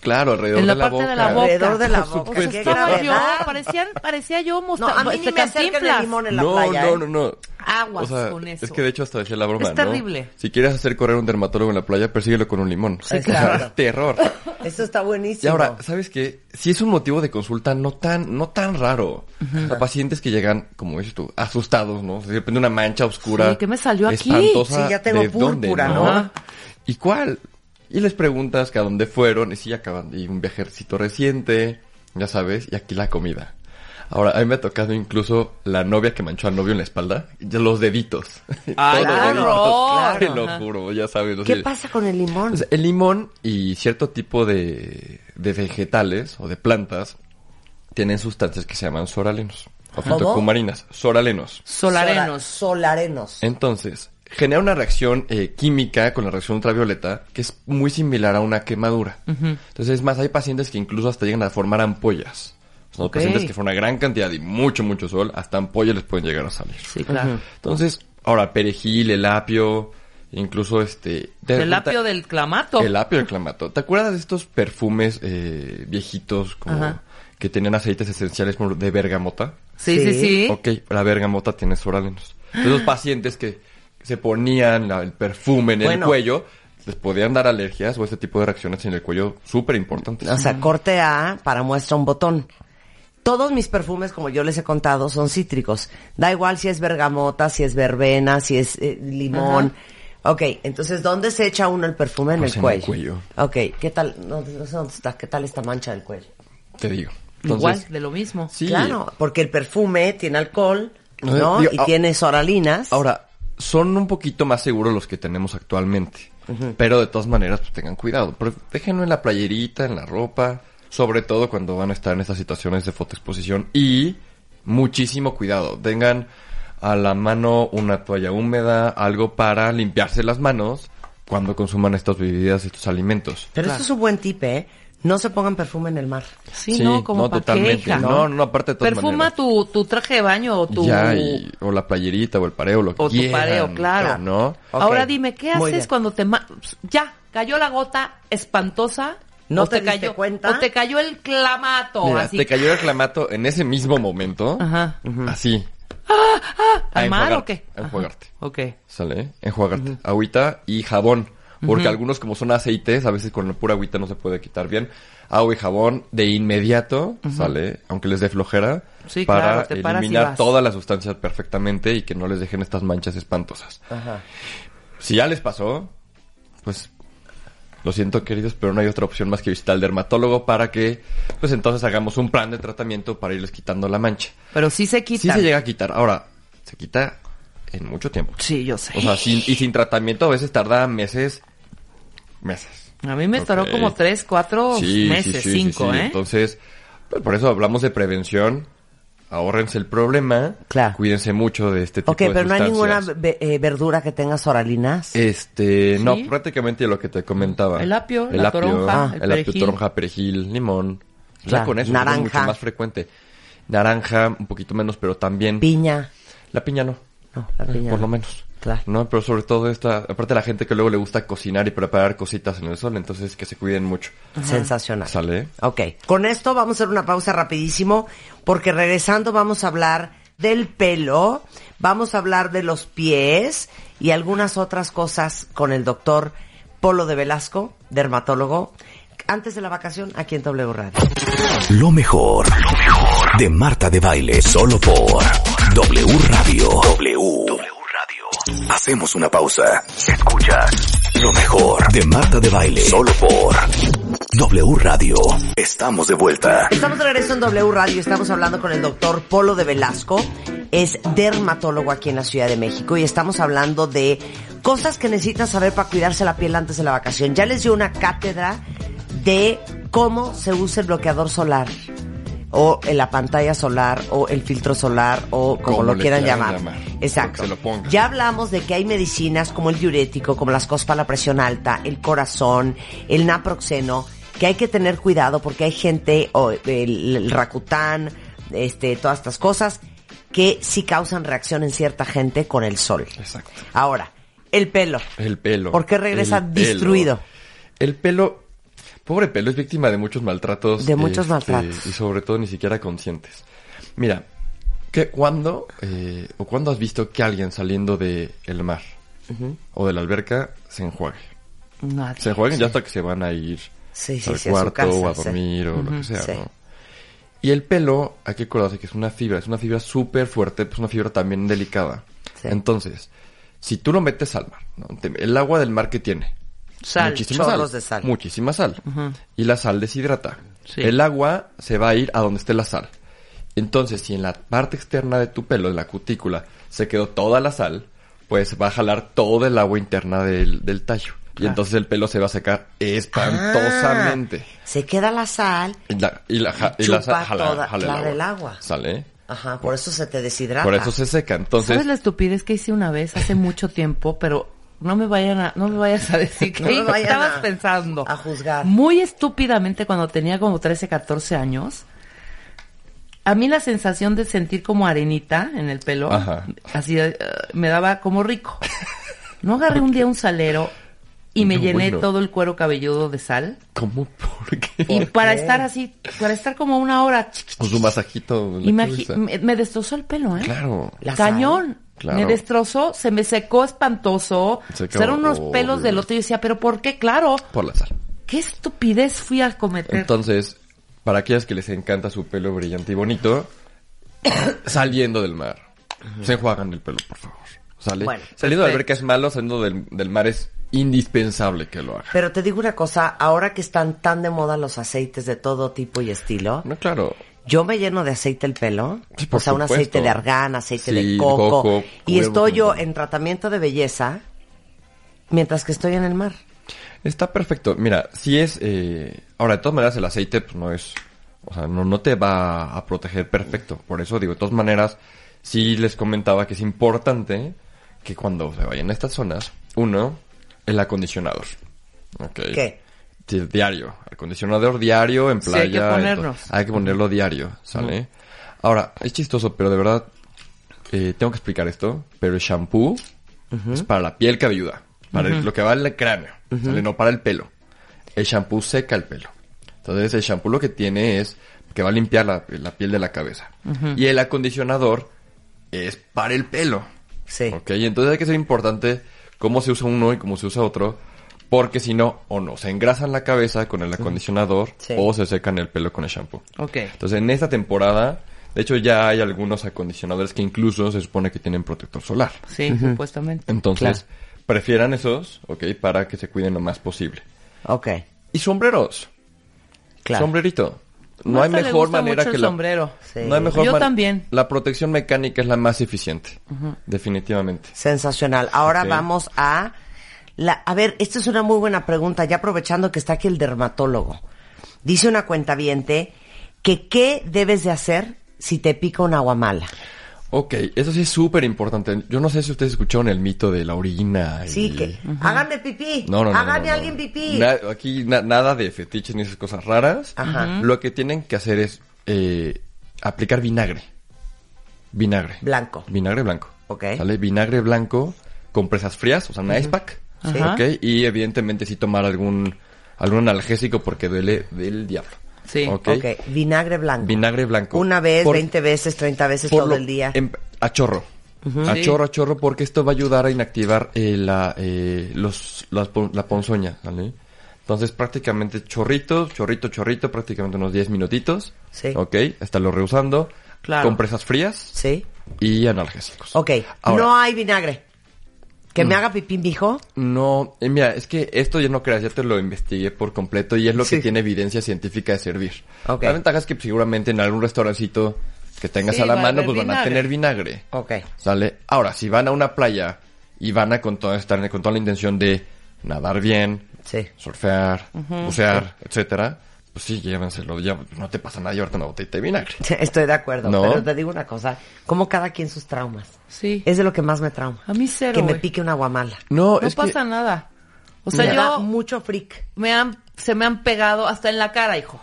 [SPEAKER 9] Claro, alrededor
[SPEAKER 3] en la,
[SPEAKER 9] de
[SPEAKER 3] parte de la boca.
[SPEAKER 8] Alrededor de la
[SPEAKER 9] Por
[SPEAKER 8] boca.
[SPEAKER 9] supuesto.
[SPEAKER 8] Qué
[SPEAKER 3] Estaba yo,
[SPEAKER 8] gravedad.
[SPEAKER 3] parecían, parecía yo
[SPEAKER 8] No,
[SPEAKER 3] mostrando
[SPEAKER 8] a mí ni me acerquen el limón en la
[SPEAKER 9] no,
[SPEAKER 8] playa.
[SPEAKER 9] no,
[SPEAKER 8] ¿eh?
[SPEAKER 9] no, no.
[SPEAKER 3] Aguas
[SPEAKER 9] O sea,
[SPEAKER 3] con eso.
[SPEAKER 9] Es que de hecho hasta decía la broma,
[SPEAKER 3] Es
[SPEAKER 9] ¿no?
[SPEAKER 3] terrible.
[SPEAKER 9] Si quieres hacer correr un dermatólogo en la playa, persíguelo con un limón.
[SPEAKER 8] Sí,
[SPEAKER 9] O sea,
[SPEAKER 8] claro.
[SPEAKER 9] es terror.
[SPEAKER 8] Eso está buenísimo.
[SPEAKER 9] Y ahora, ¿sabes qué? Si es un motivo de consulta no tan, no tan raro. O sea, pacientes que llegan, como dices tú, asustados, ¿no? O sea, de repente una mancha oscura.
[SPEAKER 3] Sí, ¿qué me salió aquí?
[SPEAKER 9] espantosa,
[SPEAKER 8] Sí, ya tengo
[SPEAKER 9] ¿de dónde,
[SPEAKER 8] púrpura,
[SPEAKER 9] no?
[SPEAKER 3] ¿no?
[SPEAKER 9] ¿Y cuál? Y les preguntas que a dónde fueron, y si acaban de ir un viajecito reciente, ya sabes, y aquí la comida. Ahora, a mí me ha tocado incluso la novia que manchó al novio en la espalda, ya los deditos.
[SPEAKER 3] Ah,
[SPEAKER 9] Todos los
[SPEAKER 3] claro,
[SPEAKER 9] deditos.
[SPEAKER 3] claro,
[SPEAKER 9] Te
[SPEAKER 3] ajá.
[SPEAKER 9] lo juro, ya sabes. o
[SPEAKER 8] ¿Qué
[SPEAKER 9] sea,
[SPEAKER 8] pasa con el limón?
[SPEAKER 9] o sea, el limón y cierto tipo de, de vegetales o de plantas tienen sustancias que se llaman soralenos o
[SPEAKER 8] ¿Cómo?
[SPEAKER 9] fitocumarinas, soralenos.
[SPEAKER 3] Solarenos.
[SPEAKER 8] Sola- solarenos.
[SPEAKER 9] Entonces, genera una reacción eh, química con la reacción ultravioleta que es muy similar a una quemadura. Entonces, es más, hay pacientes que incluso hasta llegan a formar ampollas. O sea,
[SPEAKER 3] Ok.
[SPEAKER 9] pacientes que fueron una gran cantidad y mucho, mucho sol, hasta ampollas les pueden llegar a salir.
[SPEAKER 3] Sí, claro.
[SPEAKER 9] Entonces, ahora, perejil, el apio, incluso este... te-
[SPEAKER 3] El apio del clamato.
[SPEAKER 9] el apio del clamato. ¿Te acuerdas de estos perfumes eh, viejitos como
[SPEAKER 3] Ajá.
[SPEAKER 9] que tenían aceites esenciales como de bergamota?
[SPEAKER 3] Sí, sí, sí.
[SPEAKER 9] Ok, la bergamota tiene soralenos. Entonces, los pacientes que se ponían la- el perfume en
[SPEAKER 8] Bueno.
[SPEAKER 9] el cuello les podían dar alergias o este tipo de reacciones en el cuello súper importantes.
[SPEAKER 8] O sea, corte A para muestra un botón. Todos mis perfumes, como yo les he contado, son cítricos. Da igual si es bergamota, si es verbena, si es eh, limón. Ok, entonces, ¿dónde se echa uno el perfume? En,
[SPEAKER 9] Pues
[SPEAKER 8] el,
[SPEAKER 9] en
[SPEAKER 8] cuello.
[SPEAKER 9] el cuello.
[SPEAKER 8] Ok, ¿qué tal? No, no sé dónde está. ¿Qué tal esta mancha del cuello?
[SPEAKER 9] Te digo.
[SPEAKER 3] Igual,
[SPEAKER 9] Entonces,
[SPEAKER 3] de lo mismo.
[SPEAKER 9] sí.
[SPEAKER 8] Claro, porque el perfume tiene alcohol,
[SPEAKER 9] No,
[SPEAKER 8] ¿no?
[SPEAKER 9] digo,
[SPEAKER 8] y
[SPEAKER 9] ah-
[SPEAKER 8] tiene soralinas.
[SPEAKER 9] Ahora, son un poquito más seguros los que tenemos actualmente. Pero de todas maneras, pues tengan cuidado. Pero déjenlo en la playerita, en la ropa. Sobre todo cuando van a estar en estas situaciones de fotoexposición. Y muchísimo cuidado. Tengan a la mano una toalla húmeda, algo para limpiarse las manos cuando consuman estas bebidas, estos alimentos.
[SPEAKER 8] Pero esto es un buen tip, ¿eh? No se pongan perfume en el mar.
[SPEAKER 3] Sí,
[SPEAKER 9] Sí,
[SPEAKER 3] no, como
[SPEAKER 9] no,
[SPEAKER 3] pa' qué,
[SPEAKER 9] totalmente.
[SPEAKER 3] hija.
[SPEAKER 9] No, no, aparte de todas
[SPEAKER 3] Perfuma
[SPEAKER 9] maneras.
[SPEAKER 3] tu, tu traje de baño o tu...
[SPEAKER 9] Ya, y- o la playerita, o el pareo, lo que
[SPEAKER 3] O tu
[SPEAKER 9] quieran,
[SPEAKER 3] pareo, claro.
[SPEAKER 9] ¿No?
[SPEAKER 8] Ok.
[SPEAKER 3] Ahora dime, ¿qué
[SPEAKER 8] Muy bien.
[SPEAKER 3] haces cuando te... ma- Ya, cayó la gota espantosa.
[SPEAKER 8] ¿No
[SPEAKER 3] o
[SPEAKER 8] te diste
[SPEAKER 3] cayó,
[SPEAKER 8] cuenta?
[SPEAKER 3] O te cayó el clamato.
[SPEAKER 9] Mira,
[SPEAKER 3] así.
[SPEAKER 9] te cayó el clamato en ese mismo momento.
[SPEAKER 3] Ajá.
[SPEAKER 9] Así.
[SPEAKER 3] ¿Al mar o
[SPEAKER 9] enjuagarte,
[SPEAKER 3] qué?
[SPEAKER 9] A enjuagarte.
[SPEAKER 3] Ok.
[SPEAKER 9] ¿Sale? Enjuagarte. Agüita y jabón. Porque algunos, como son aceites, a veces con la pura agüita no se puede quitar bien. Agua y jabón de inmediato, ¿sale? Aunque les dé flojera.
[SPEAKER 3] Sí,
[SPEAKER 9] para
[SPEAKER 3] claro, te paras y
[SPEAKER 9] eliminar
[SPEAKER 3] vas.
[SPEAKER 9] todas las sustancias perfectamente y que no les dejen estas manchas espantosas. Si ya les pasó, pues lo siento, queridos, pero no hay otra opción más que visitar al dermatólogo para que, pues entonces hagamos un plan de tratamiento para irles quitando la mancha.
[SPEAKER 3] Pero sí se quita.
[SPEAKER 9] Sí se llega a quitar. Ahora, se quita en mucho tiempo.
[SPEAKER 3] Sí, yo sé.
[SPEAKER 9] O sea, sin- y sin tratamiento a veces tarda meses, meses.
[SPEAKER 3] A mí me tardó
[SPEAKER 9] Ok.
[SPEAKER 3] como tres, cuatro
[SPEAKER 9] Sí, sí,
[SPEAKER 3] meses,
[SPEAKER 9] sí,
[SPEAKER 3] cinco,
[SPEAKER 9] sí, sí.
[SPEAKER 3] ¿eh?
[SPEAKER 9] Entonces, pues, por eso hablamos de prevención. Ahórrense el problema.
[SPEAKER 8] Claro.
[SPEAKER 9] Cuídense mucho de este tipo
[SPEAKER 8] Ok,
[SPEAKER 9] de
[SPEAKER 8] pero no hay ninguna
[SPEAKER 9] sustancias.
[SPEAKER 8] ve- eh, verdura que tenga soralinas.
[SPEAKER 9] Este, no,
[SPEAKER 3] ¿Sí?
[SPEAKER 9] prácticamente lo que te comentaba.
[SPEAKER 3] El apio, la toronja, el
[SPEAKER 9] el, apio,
[SPEAKER 3] perejil.
[SPEAKER 9] toronja, perejil, limón. Ya
[SPEAKER 8] Claro,
[SPEAKER 9] con eso, naranja.
[SPEAKER 8] naranja.
[SPEAKER 9] mucho más frecuente. Naranja, un poquito menos, pero también.
[SPEAKER 8] Piña.
[SPEAKER 9] la piña no.
[SPEAKER 8] No, la piña.
[SPEAKER 9] eh, Por
[SPEAKER 8] no.
[SPEAKER 9] lo menos.
[SPEAKER 8] Claro.
[SPEAKER 9] No, pero sobre todo esta, aparte la gente que luego le gusta cocinar y preparar cositas en el sol, entonces que se cuiden mucho.
[SPEAKER 8] Sensacional.
[SPEAKER 9] Sale.
[SPEAKER 8] Ok. Con esto vamos a hacer una pausa rapidísimo porque regresando vamos a hablar del pelo, vamos a hablar de los pies y algunas otras cosas con el doctor Polo de Velasco, dermatólogo, antes de la vacación aquí en W Radio.
[SPEAKER 2] Lo mejor, lo mejor de Marta de Baile solo por W Radio. W. Radio. Hacemos una pausa. Escuchas lo mejor de Marta de Baile solo por W Radio. Estamos de vuelta.
[SPEAKER 8] Estamos de regreso en W Radio, estamos hablando con el doctor Polo de Velasco, es dermatólogo aquí en la Ciudad de México y estamos hablando de cosas que necesitas saber para cuidarse la piel antes de la vacación. Ya les dio una cátedra de cómo se usa el bloqueador solar o en la pantalla solar o el filtro solar o como,
[SPEAKER 9] Como
[SPEAKER 8] lo
[SPEAKER 9] le
[SPEAKER 8] quieran
[SPEAKER 9] quieran
[SPEAKER 8] llamar.
[SPEAKER 9] llamar.
[SPEAKER 8] Exacto.
[SPEAKER 9] Se lo pongan.
[SPEAKER 8] Ya hablamos de que hay medicinas como el diurético, como las cosas para la presión alta, el corazón, el naproxeno, que hay que tener cuidado porque hay gente, o el, el racután, este, todas estas cosas, que sí causan reacción en cierta gente con el sol.
[SPEAKER 9] Exacto.
[SPEAKER 8] Ahora, el pelo.
[SPEAKER 9] El pelo.
[SPEAKER 8] ¿Por qué regresa
[SPEAKER 9] El pelo.
[SPEAKER 8] destruido?
[SPEAKER 9] El pelo, pobre pelo, es víctima de muchos maltratos. este,
[SPEAKER 8] De muchos maltratos.
[SPEAKER 9] Y sobre todo ni siquiera conscientes. Mira, ¿qué, ¿cuándo eh, o cuándo has visto que alguien saliendo del mar o de la alberca se enjuague?
[SPEAKER 8] Nadie.
[SPEAKER 9] Se enjuaguen ya hasta que se van a ir
[SPEAKER 8] Sí, sí,
[SPEAKER 9] al
[SPEAKER 8] sí, a su
[SPEAKER 9] cuarto
[SPEAKER 8] casa,
[SPEAKER 9] o a
[SPEAKER 8] sí.
[SPEAKER 9] dormir o lo
[SPEAKER 8] Ujú,
[SPEAKER 9] que sea,
[SPEAKER 8] sí.
[SPEAKER 9] ¿no? Y el pelo, hay que acordarse que es una fibra, es una fibra súper fuerte, pues una fibra también delicada.
[SPEAKER 8] Sí.
[SPEAKER 9] Entonces, si tú lo metes al mar, ¿no? Te- el agua del mar que tiene,
[SPEAKER 3] Sal.
[SPEAKER 9] muchísima
[SPEAKER 8] chorros
[SPEAKER 9] sal,
[SPEAKER 8] de sal.
[SPEAKER 9] muchísima sal. Y la sal deshidrata.
[SPEAKER 3] Sí.
[SPEAKER 9] El agua se va a ir a donde esté la sal. Entonces, si en la parte externa de tu pelo, de la cutícula, se quedó toda la sal, pues va a jalar todo el agua interna del, del tallo. Y entonces el pelo se va a secar espantosamente.
[SPEAKER 8] Ah, se queda la sal.
[SPEAKER 9] Y la, y la, ja- y la
[SPEAKER 8] Chupa
[SPEAKER 9] sal jala,
[SPEAKER 8] toda-
[SPEAKER 9] jala
[SPEAKER 8] claro,
[SPEAKER 9] el
[SPEAKER 8] el
[SPEAKER 9] agua.
[SPEAKER 8] agua.
[SPEAKER 9] Sale. ¿eh?
[SPEAKER 8] Ajá, por eso se te deshidrata.
[SPEAKER 9] Por eso se seca. Entonces,
[SPEAKER 3] ¿Sabes la estupidez que hice una vez hace mucho tiempo? Pero no me vayan a, no me vayas a decir que
[SPEAKER 8] No me vayan
[SPEAKER 3] estabas
[SPEAKER 8] a-
[SPEAKER 3] pensando.
[SPEAKER 8] a juzgar.
[SPEAKER 3] Muy estúpidamente cuando tenía como 13, 14 años. A mí la sensación de sentir como arenita en el pelo,
[SPEAKER 9] Ajá.
[SPEAKER 3] así eh, me daba como rico. No agarré un día un salero y me
[SPEAKER 9] No,
[SPEAKER 3] llené
[SPEAKER 9] bueno.
[SPEAKER 3] todo el cuero cabelludo de sal.
[SPEAKER 9] ¿cómo? ¿Por qué?
[SPEAKER 3] Y para estar así, para estar como una hora, chiqui,
[SPEAKER 9] Con su masajito. en la
[SPEAKER 3] imagi-
[SPEAKER 9] cabeza.
[SPEAKER 3] me, me destrozó el pelo, ¿eh?
[SPEAKER 9] Claro.
[SPEAKER 8] La sal.
[SPEAKER 3] Cañón.
[SPEAKER 9] Claro.
[SPEAKER 3] Me destrozó, se me secó espantoso.
[SPEAKER 9] Se
[SPEAKER 3] O sea, eran unos
[SPEAKER 9] acabó,
[SPEAKER 3] pelos del
[SPEAKER 9] obvio.
[SPEAKER 3] otro. Y yo decía, ¿pero por qué? Claro.
[SPEAKER 9] Por la sal.
[SPEAKER 3] ¿Qué estupidez fui a cometer?
[SPEAKER 9] Entonces, para aquellas que les encanta su pelo brillante y bonito, saliendo del mar, se enjuagan el pelo, por favor. ¿Sale?
[SPEAKER 8] Bueno,
[SPEAKER 9] saliendo de la
[SPEAKER 8] perfecto.
[SPEAKER 9] alberca es malo, saliendo del, del mar es indispensable que lo hagan.
[SPEAKER 8] Pero te digo una cosa, ahora que están tan de moda los aceites de todo tipo y estilo,
[SPEAKER 9] No, claro.
[SPEAKER 8] yo me lleno de aceite el pelo,
[SPEAKER 9] Sí, por
[SPEAKER 8] o sea, un
[SPEAKER 9] supuesto.
[SPEAKER 8] aceite de argán, aceite
[SPEAKER 9] Sí,
[SPEAKER 8] de coco,
[SPEAKER 9] coco,
[SPEAKER 8] y
[SPEAKER 9] huevo,
[SPEAKER 8] estoy yo
[SPEAKER 9] huevo.
[SPEAKER 8] en tratamiento de belleza mientras que estoy en el mar.
[SPEAKER 9] Está perfecto. Mira, si es... eh, Ahora, de todas maneras, el aceite pues, no es... O sea, no, no te va a proteger perfecto. Por eso digo, de todas maneras, sí les comentaba que es importante que cuando se vayan a estas zonas, uno, el acondicionador. Ok.
[SPEAKER 8] ¿Qué?
[SPEAKER 9] Sí, diario. Acondicionador diario en
[SPEAKER 3] Sí, hay
[SPEAKER 9] playa.
[SPEAKER 3] que ponernos.
[SPEAKER 9] entonces, hay que ponerlo diario, ¿sale? Ahora, es chistoso, pero de verdad, eh, tengo que explicar esto, pero el shampoo es para la piel cabelluda, para el- lo que va en el cráneo, ¿sale? No para el pelo. El shampoo seca el pelo. Entonces, el shampoo lo que tiene es que va a limpiar la, la piel de la cabeza. Y el acondicionador es para el pelo.
[SPEAKER 8] Sí.
[SPEAKER 9] Ok, entonces hay que ser importante cómo se usa uno y cómo se usa otro, porque si no, o no, se engrasan la cabeza con el acondicionador
[SPEAKER 8] Sí.
[SPEAKER 9] o se secan el pelo con el shampoo.
[SPEAKER 3] Ok.
[SPEAKER 9] Entonces en esta temporada, de hecho ya hay algunos acondicionadores que incluso se supone que tienen protector solar.
[SPEAKER 3] Sí, supuestamente.
[SPEAKER 9] Entonces, prefieran esos, ok, para que se cuiden lo más posible.
[SPEAKER 8] Ok,
[SPEAKER 9] Y sombreros,
[SPEAKER 8] claro.
[SPEAKER 9] sombrerito. No
[SPEAKER 3] Marta
[SPEAKER 9] hay
[SPEAKER 3] le
[SPEAKER 9] mejor
[SPEAKER 3] gusta
[SPEAKER 9] manera
[SPEAKER 3] mucho
[SPEAKER 9] que
[SPEAKER 3] el
[SPEAKER 9] la-
[SPEAKER 3] sombrero.
[SPEAKER 8] Sí.
[SPEAKER 9] No hay mejor
[SPEAKER 3] Yo
[SPEAKER 9] man-
[SPEAKER 3] también.
[SPEAKER 9] La protección mecánica es la más eficiente, definitivamente.
[SPEAKER 8] Sensacional. Ahora
[SPEAKER 9] Ok.
[SPEAKER 8] vamos a la, a ver, esta es una muy buena pregunta, ya aprovechando que está aquí el dermatólogo. Dice una cuentaviente que qué debes de hacer si te pica una aguamala.
[SPEAKER 9] Ok, eso sí es súper importante. Yo no sé si ustedes escucharon el mito de la orina. y-
[SPEAKER 8] Sí, que háganme pipí.
[SPEAKER 9] No, no, no.
[SPEAKER 8] Hágame
[SPEAKER 9] no, no.
[SPEAKER 8] alguien pipí.
[SPEAKER 9] Na- aquí na- nada de fetiches ni esas cosas raras.
[SPEAKER 8] Ajá.
[SPEAKER 9] Lo que tienen que hacer es eh, aplicar vinagre. Vinagre.
[SPEAKER 8] Blanco.
[SPEAKER 9] Vinagre blanco.
[SPEAKER 8] Ok.
[SPEAKER 9] ¿Sale? Vinagre blanco con presas frías, o sea, un ice pack.
[SPEAKER 3] Sí.
[SPEAKER 9] Ok, y evidentemente sí tomar algún, algún analgésico porque duele del diablo.
[SPEAKER 3] Sí.
[SPEAKER 9] Ok.
[SPEAKER 8] Ok, vinagre blanco.
[SPEAKER 9] Vinagre blanco.
[SPEAKER 8] Una vez,
[SPEAKER 9] Por-
[SPEAKER 8] 20 veces, 30 veces
[SPEAKER 9] por
[SPEAKER 8] todo
[SPEAKER 9] lo-
[SPEAKER 8] el Este día.
[SPEAKER 9] en- a chorro. A
[SPEAKER 3] Sí.
[SPEAKER 9] chorro, a chorro, porque esto va a ayudar a inactivar eh, la, eh, los, las pon- la ponzoña, ¿vale? Entonces, prácticamente chorrito, chorrito, chorrito, prácticamente unos 10 minutitos.
[SPEAKER 8] Sí.
[SPEAKER 9] Ok, estarlo rehusando.
[SPEAKER 3] Claro.
[SPEAKER 9] Compresas frías
[SPEAKER 8] Sí.
[SPEAKER 9] y analgésicos.
[SPEAKER 8] Ok,
[SPEAKER 9] Ahora, Mm.
[SPEAKER 8] no hay vinagre. Que me haga pipí, mijo.
[SPEAKER 9] no, eh, mira, es que esto ya no creas, ya te lo investigué por completo y es lo
[SPEAKER 8] Sí.
[SPEAKER 9] que tiene evidencia científica de servir.
[SPEAKER 8] Ok.
[SPEAKER 9] La ventaja es que seguramente en algún restaurancito que tengas
[SPEAKER 3] Sí,
[SPEAKER 9] a la
[SPEAKER 3] va a
[SPEAKER 9] mano,
[SPEAKER 3] haber
[SPEAKER 9] pues van a
[SPEAKER 3] vinagre.
[SPEAKER 9] tener vinagre.
[SPEAKER 8] Ok.
[SPEAKER 9] ¿Sale? Pues, Ahora, si van a una playa y van a con toda, estar con toda la intención de nadar bien,
[SPEAKER 8] Sí.
[SPEAKER 9] surfear, bucear, etcétera, pues sí, llévenselo, ya no te pasa nada llevarte una botellita de vinagre.
[SPEAKER 8] Estoy de acuerdo,
[SPEAKER 9] ¿No?
[SPEAKER 8] pero te digo una cosa, como cada quien sus traumas.
[SPEAKER 3] Sí.
[SPEAKER 8] Es de lo que más me trauma.
[SPEAKER 3] A mí cero.
[SPEAKER 8] que me
[SPEAKER 3] güey.
[SPEAKER 8] pique una guamala.
[SPEAKER 9] No,
[SPEAKER 3] No
[SPEAKER 9] es que-
[SPEAKER 3] pasa nada. O sea,
[SPEAKER 8] Me da
[SPEAKER 3] yo
[SPEAKER 8] mucho freak.
[SPEAKER 3] me han, se me han pegado hasta en la cara, hijo.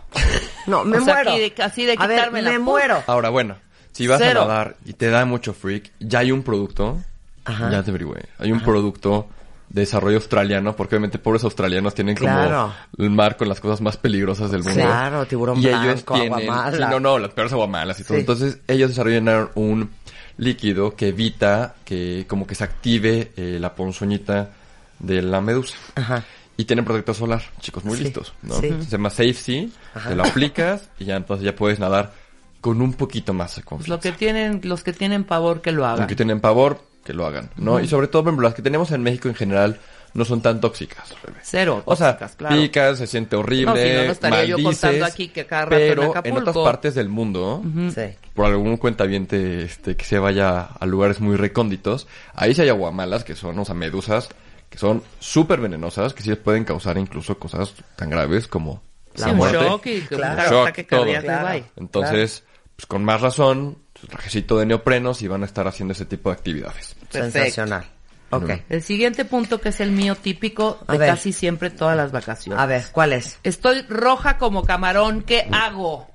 [SPEAKER 8] No, me
[SPEAKER 3] O sea,
[SPEAKER 8] muero.
[SPEAKER 3] aquí de- así de
[SPEAKER 8] a ver,
[SPEAKER 3] quitarme la
[SPEAKER 8] me
[SPEAKER 3] pu-
[SPEAKER 8] muero.
[SPEAKER 9] Ahora, bueno, si vas
[SPEAKER 3] Cero.
[SPEAKER 9] a nadar y te da mucho freak, ya hay un producto.
[SPEAKER 8] Ajá.
[SPEAKER 9] Ya te averigüé. Hay un producto de desarrollo australiano, porque obviamente pobres australianos tienen
[SPEAKER 8] Claro.
[SPEAKER 9] como el mar con las cosas más peligrosas del mundo.
[SPEAKER 8] Claro, tiburón
[SPEAKER 9] y ellos
[SPEAKER 8] blanco,
[SPEAKER 9] tienen,
[SPEAKER 8] aguamala.
[SPEAKER 9] Sí, no, no, las peores aguamalas y todo.
[SPEAKER 8] Sí.
[SPEAKER 9] Entonces, ellos desarrollaron un líquido que evita que como que se active eh, la ponzoñita de la medusa.
[SPEAKER 8] Ajá.
[SPEAKER 9] Y tienen protector solar, chicos muy
[SPEAKER 8] Sí,
[SPEAKER 9] listos, ¿no?
[SPEAKER 8] sí.
[SPEAKER 9] Se llama Safety, te lo aplicas y ya entonces ya puedes nadar con un poquito más de
[SPEAKER 3] Pues
[SPEAKER 9] confianza.
[SPEAKER 3] lo que tienen, los que tienen pavor que lo hagan.
[SPEAKER 9] Los que tienen pavor, que lo hagan, ¿no? Y sobre todo, por ejemplo, las que tenemos en México en general no son tan tóxicas. Rebe.
[SPEAKER 3] Cero.
[SPEAKER 9] O sea,
[SPEAKER 3] tóxicas, claro.
[SPEAKER 9] picas, se siente horrible,
[SPEAKER 3] No, si no, no estaría yo
[SPEAKER 9] maldices,
[SPEAKER 3] contando aquí que cada rato en
[SPEAKER 9] pero en,
[SPEAKER 3] Acapulco.
[SPEAKER 9] otras partes del mundo,
[SPEAKER 3] Mm.
[SPEAKER 8] Sí.
[SPEAKER 9] por algún cuentaviente este, que se vaya a lugares muy recónditos, ahí sí hay aguamalas que son, o sea, medusas, que son súper venenosas, que sí pueden causar incluso cosas tan graves como
[SPEAKER 3] Sí,
[SPEAKER 9] la
[SPEAKER 3] un
[SPEAKER 9] muerte.
[SPEAKER 3] shock y que
[SPEAKER 8] Claro.
[SPEAKER 3] un
[SPEAKER 9] Shock,
[SPEAKER 3] ataque
[SPEAKER 9] todo.
[SPEAKER 3] cardíaco y bye.
[SPEAKER 9] Entonces, pues con más razón, su trajecito de neoprenos y van a estar haciendo ese tipo de actividades.
[SPEAKER 3] Perfecto.
[SPEAKER 8] Sensacional. Ok.
[SPEAKER 3] El siguiente punto que es el mío típico
[SPEAKER 8] A
[SPEAKER 3] de
[SPEAKER 8] ver.
[SPEAKER 3] casi siempre todas las vacaciones.
[SPEAKER 8] A ver, ¿cuál es?
[SPEAKER 3] Estoy roja como camarón, ¿qué hago?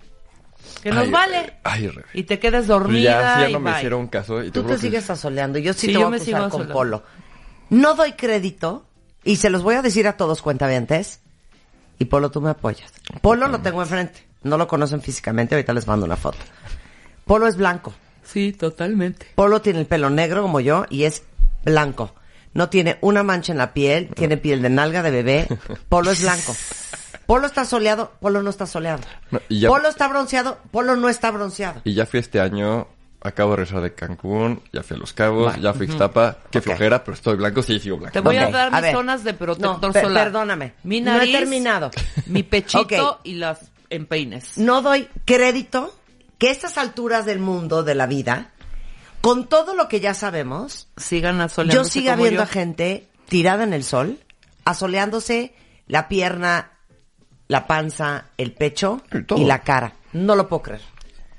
[SPEAKER 3] Que nos
[SPEAKER 9] Ay,
[SPEAKER 3] vale.
[SPEAKER 9] Ay, Rebe.
[SPEAKER 3] Y te quedas dormida
[SPEAKER 9] Pues ya, sí, ya no
[SPEAKER 3] y
[SPEAKER 9] me
[SPEAKER 3] bye.
[SPEAKER 9] hicieron caso. Y
[SPEAKER 8] Tú
[SPEAKER 9] juro
[SPEAKER 8] te
[SPEAKER 9] que-
[SPEAKER 8] sigues asoleando. Yo sí,
[SPEAKER 3] Sí,
[SPEAKER 8] te
[SPEAKER 3] yo
[SPEAKER 8] voy
[SPEAKER 3] me
[SPEAKER 8] a
[SPEAKER 3] sigo
[SPEAKER 8] acusar con
[SPEAKER 3] asoleando.
[SPEAKER 8] Polo. No doy crédito y se los voy a decir a todos cuentavientes. Y Polo, tú me apoyas. Polo lo tengo enfrente. No lo conocen físicamente, ahorita les mando una foto. Polo es blanco.
[SPEAKER 3] Sí, totalmente.
[SPEAKER 8] Polo tiene el pelo negro como yo y es blanco. No tiene una mancha en la piel, tiene piel de nalga de bebé. Polo es blanco. Polo está soleado, Polo no está soleado.
[SPEAKER 9] No, y ya-
[SPEAKER 8] Polo está bronceado, Polo no está bronceado.
[SPEAKER 9] Y ya fui este año, acabo de regresar de Cancún, ya fui a Los Cabos, ya fui a Ixtapa. Qué
[SPEAKER 8] Ok.
[SPEAKER 9] flojera, pero estoy blanco, sí, sigo blanco.
[SPEAKER 3] Te voy a
[SPEAKER 8] Ok,
[SPEAKER 3] dar
[SPEAKER 8] a
[SPEAKER 3] mis
[SPEAKER 8] ver.
[SPEAKER 3] zonas de protector
[SPEAKER 8] No, per-
[SPEAKER 3] solar.
[SPEAKER 8] perdóname.
[SPEAKER 3] Mi
[SPEAKER 8] No he
[SPEAKER 3] nariz,
[SPEAKER 8] terminado.
[SPEAKER 3] Mi pechito
[SPEAKER 8] Ok.
[SPEAKER 3] y las empeines.
[SPEAKER 8] No doy crédito que estas alturas del mundo, de la vida, con todo lo que ya sabemos,
[SPEAKER 3] Sigan
[SPEAKER 8] yo
[SPEAKER 3] asoleándose
[SPEAKER 8] siga
[SPEAKER 3] como
[SPEAKER 8] viendo
[SPEAKER 3] yo.
[SPEAKER 8] a gente tirada en el sol, asoleándose la pierna, la panza, el pecho
[SPEAKER 9] Y todo.
[SPEAKER 8] y la cara. No lo puedo creer.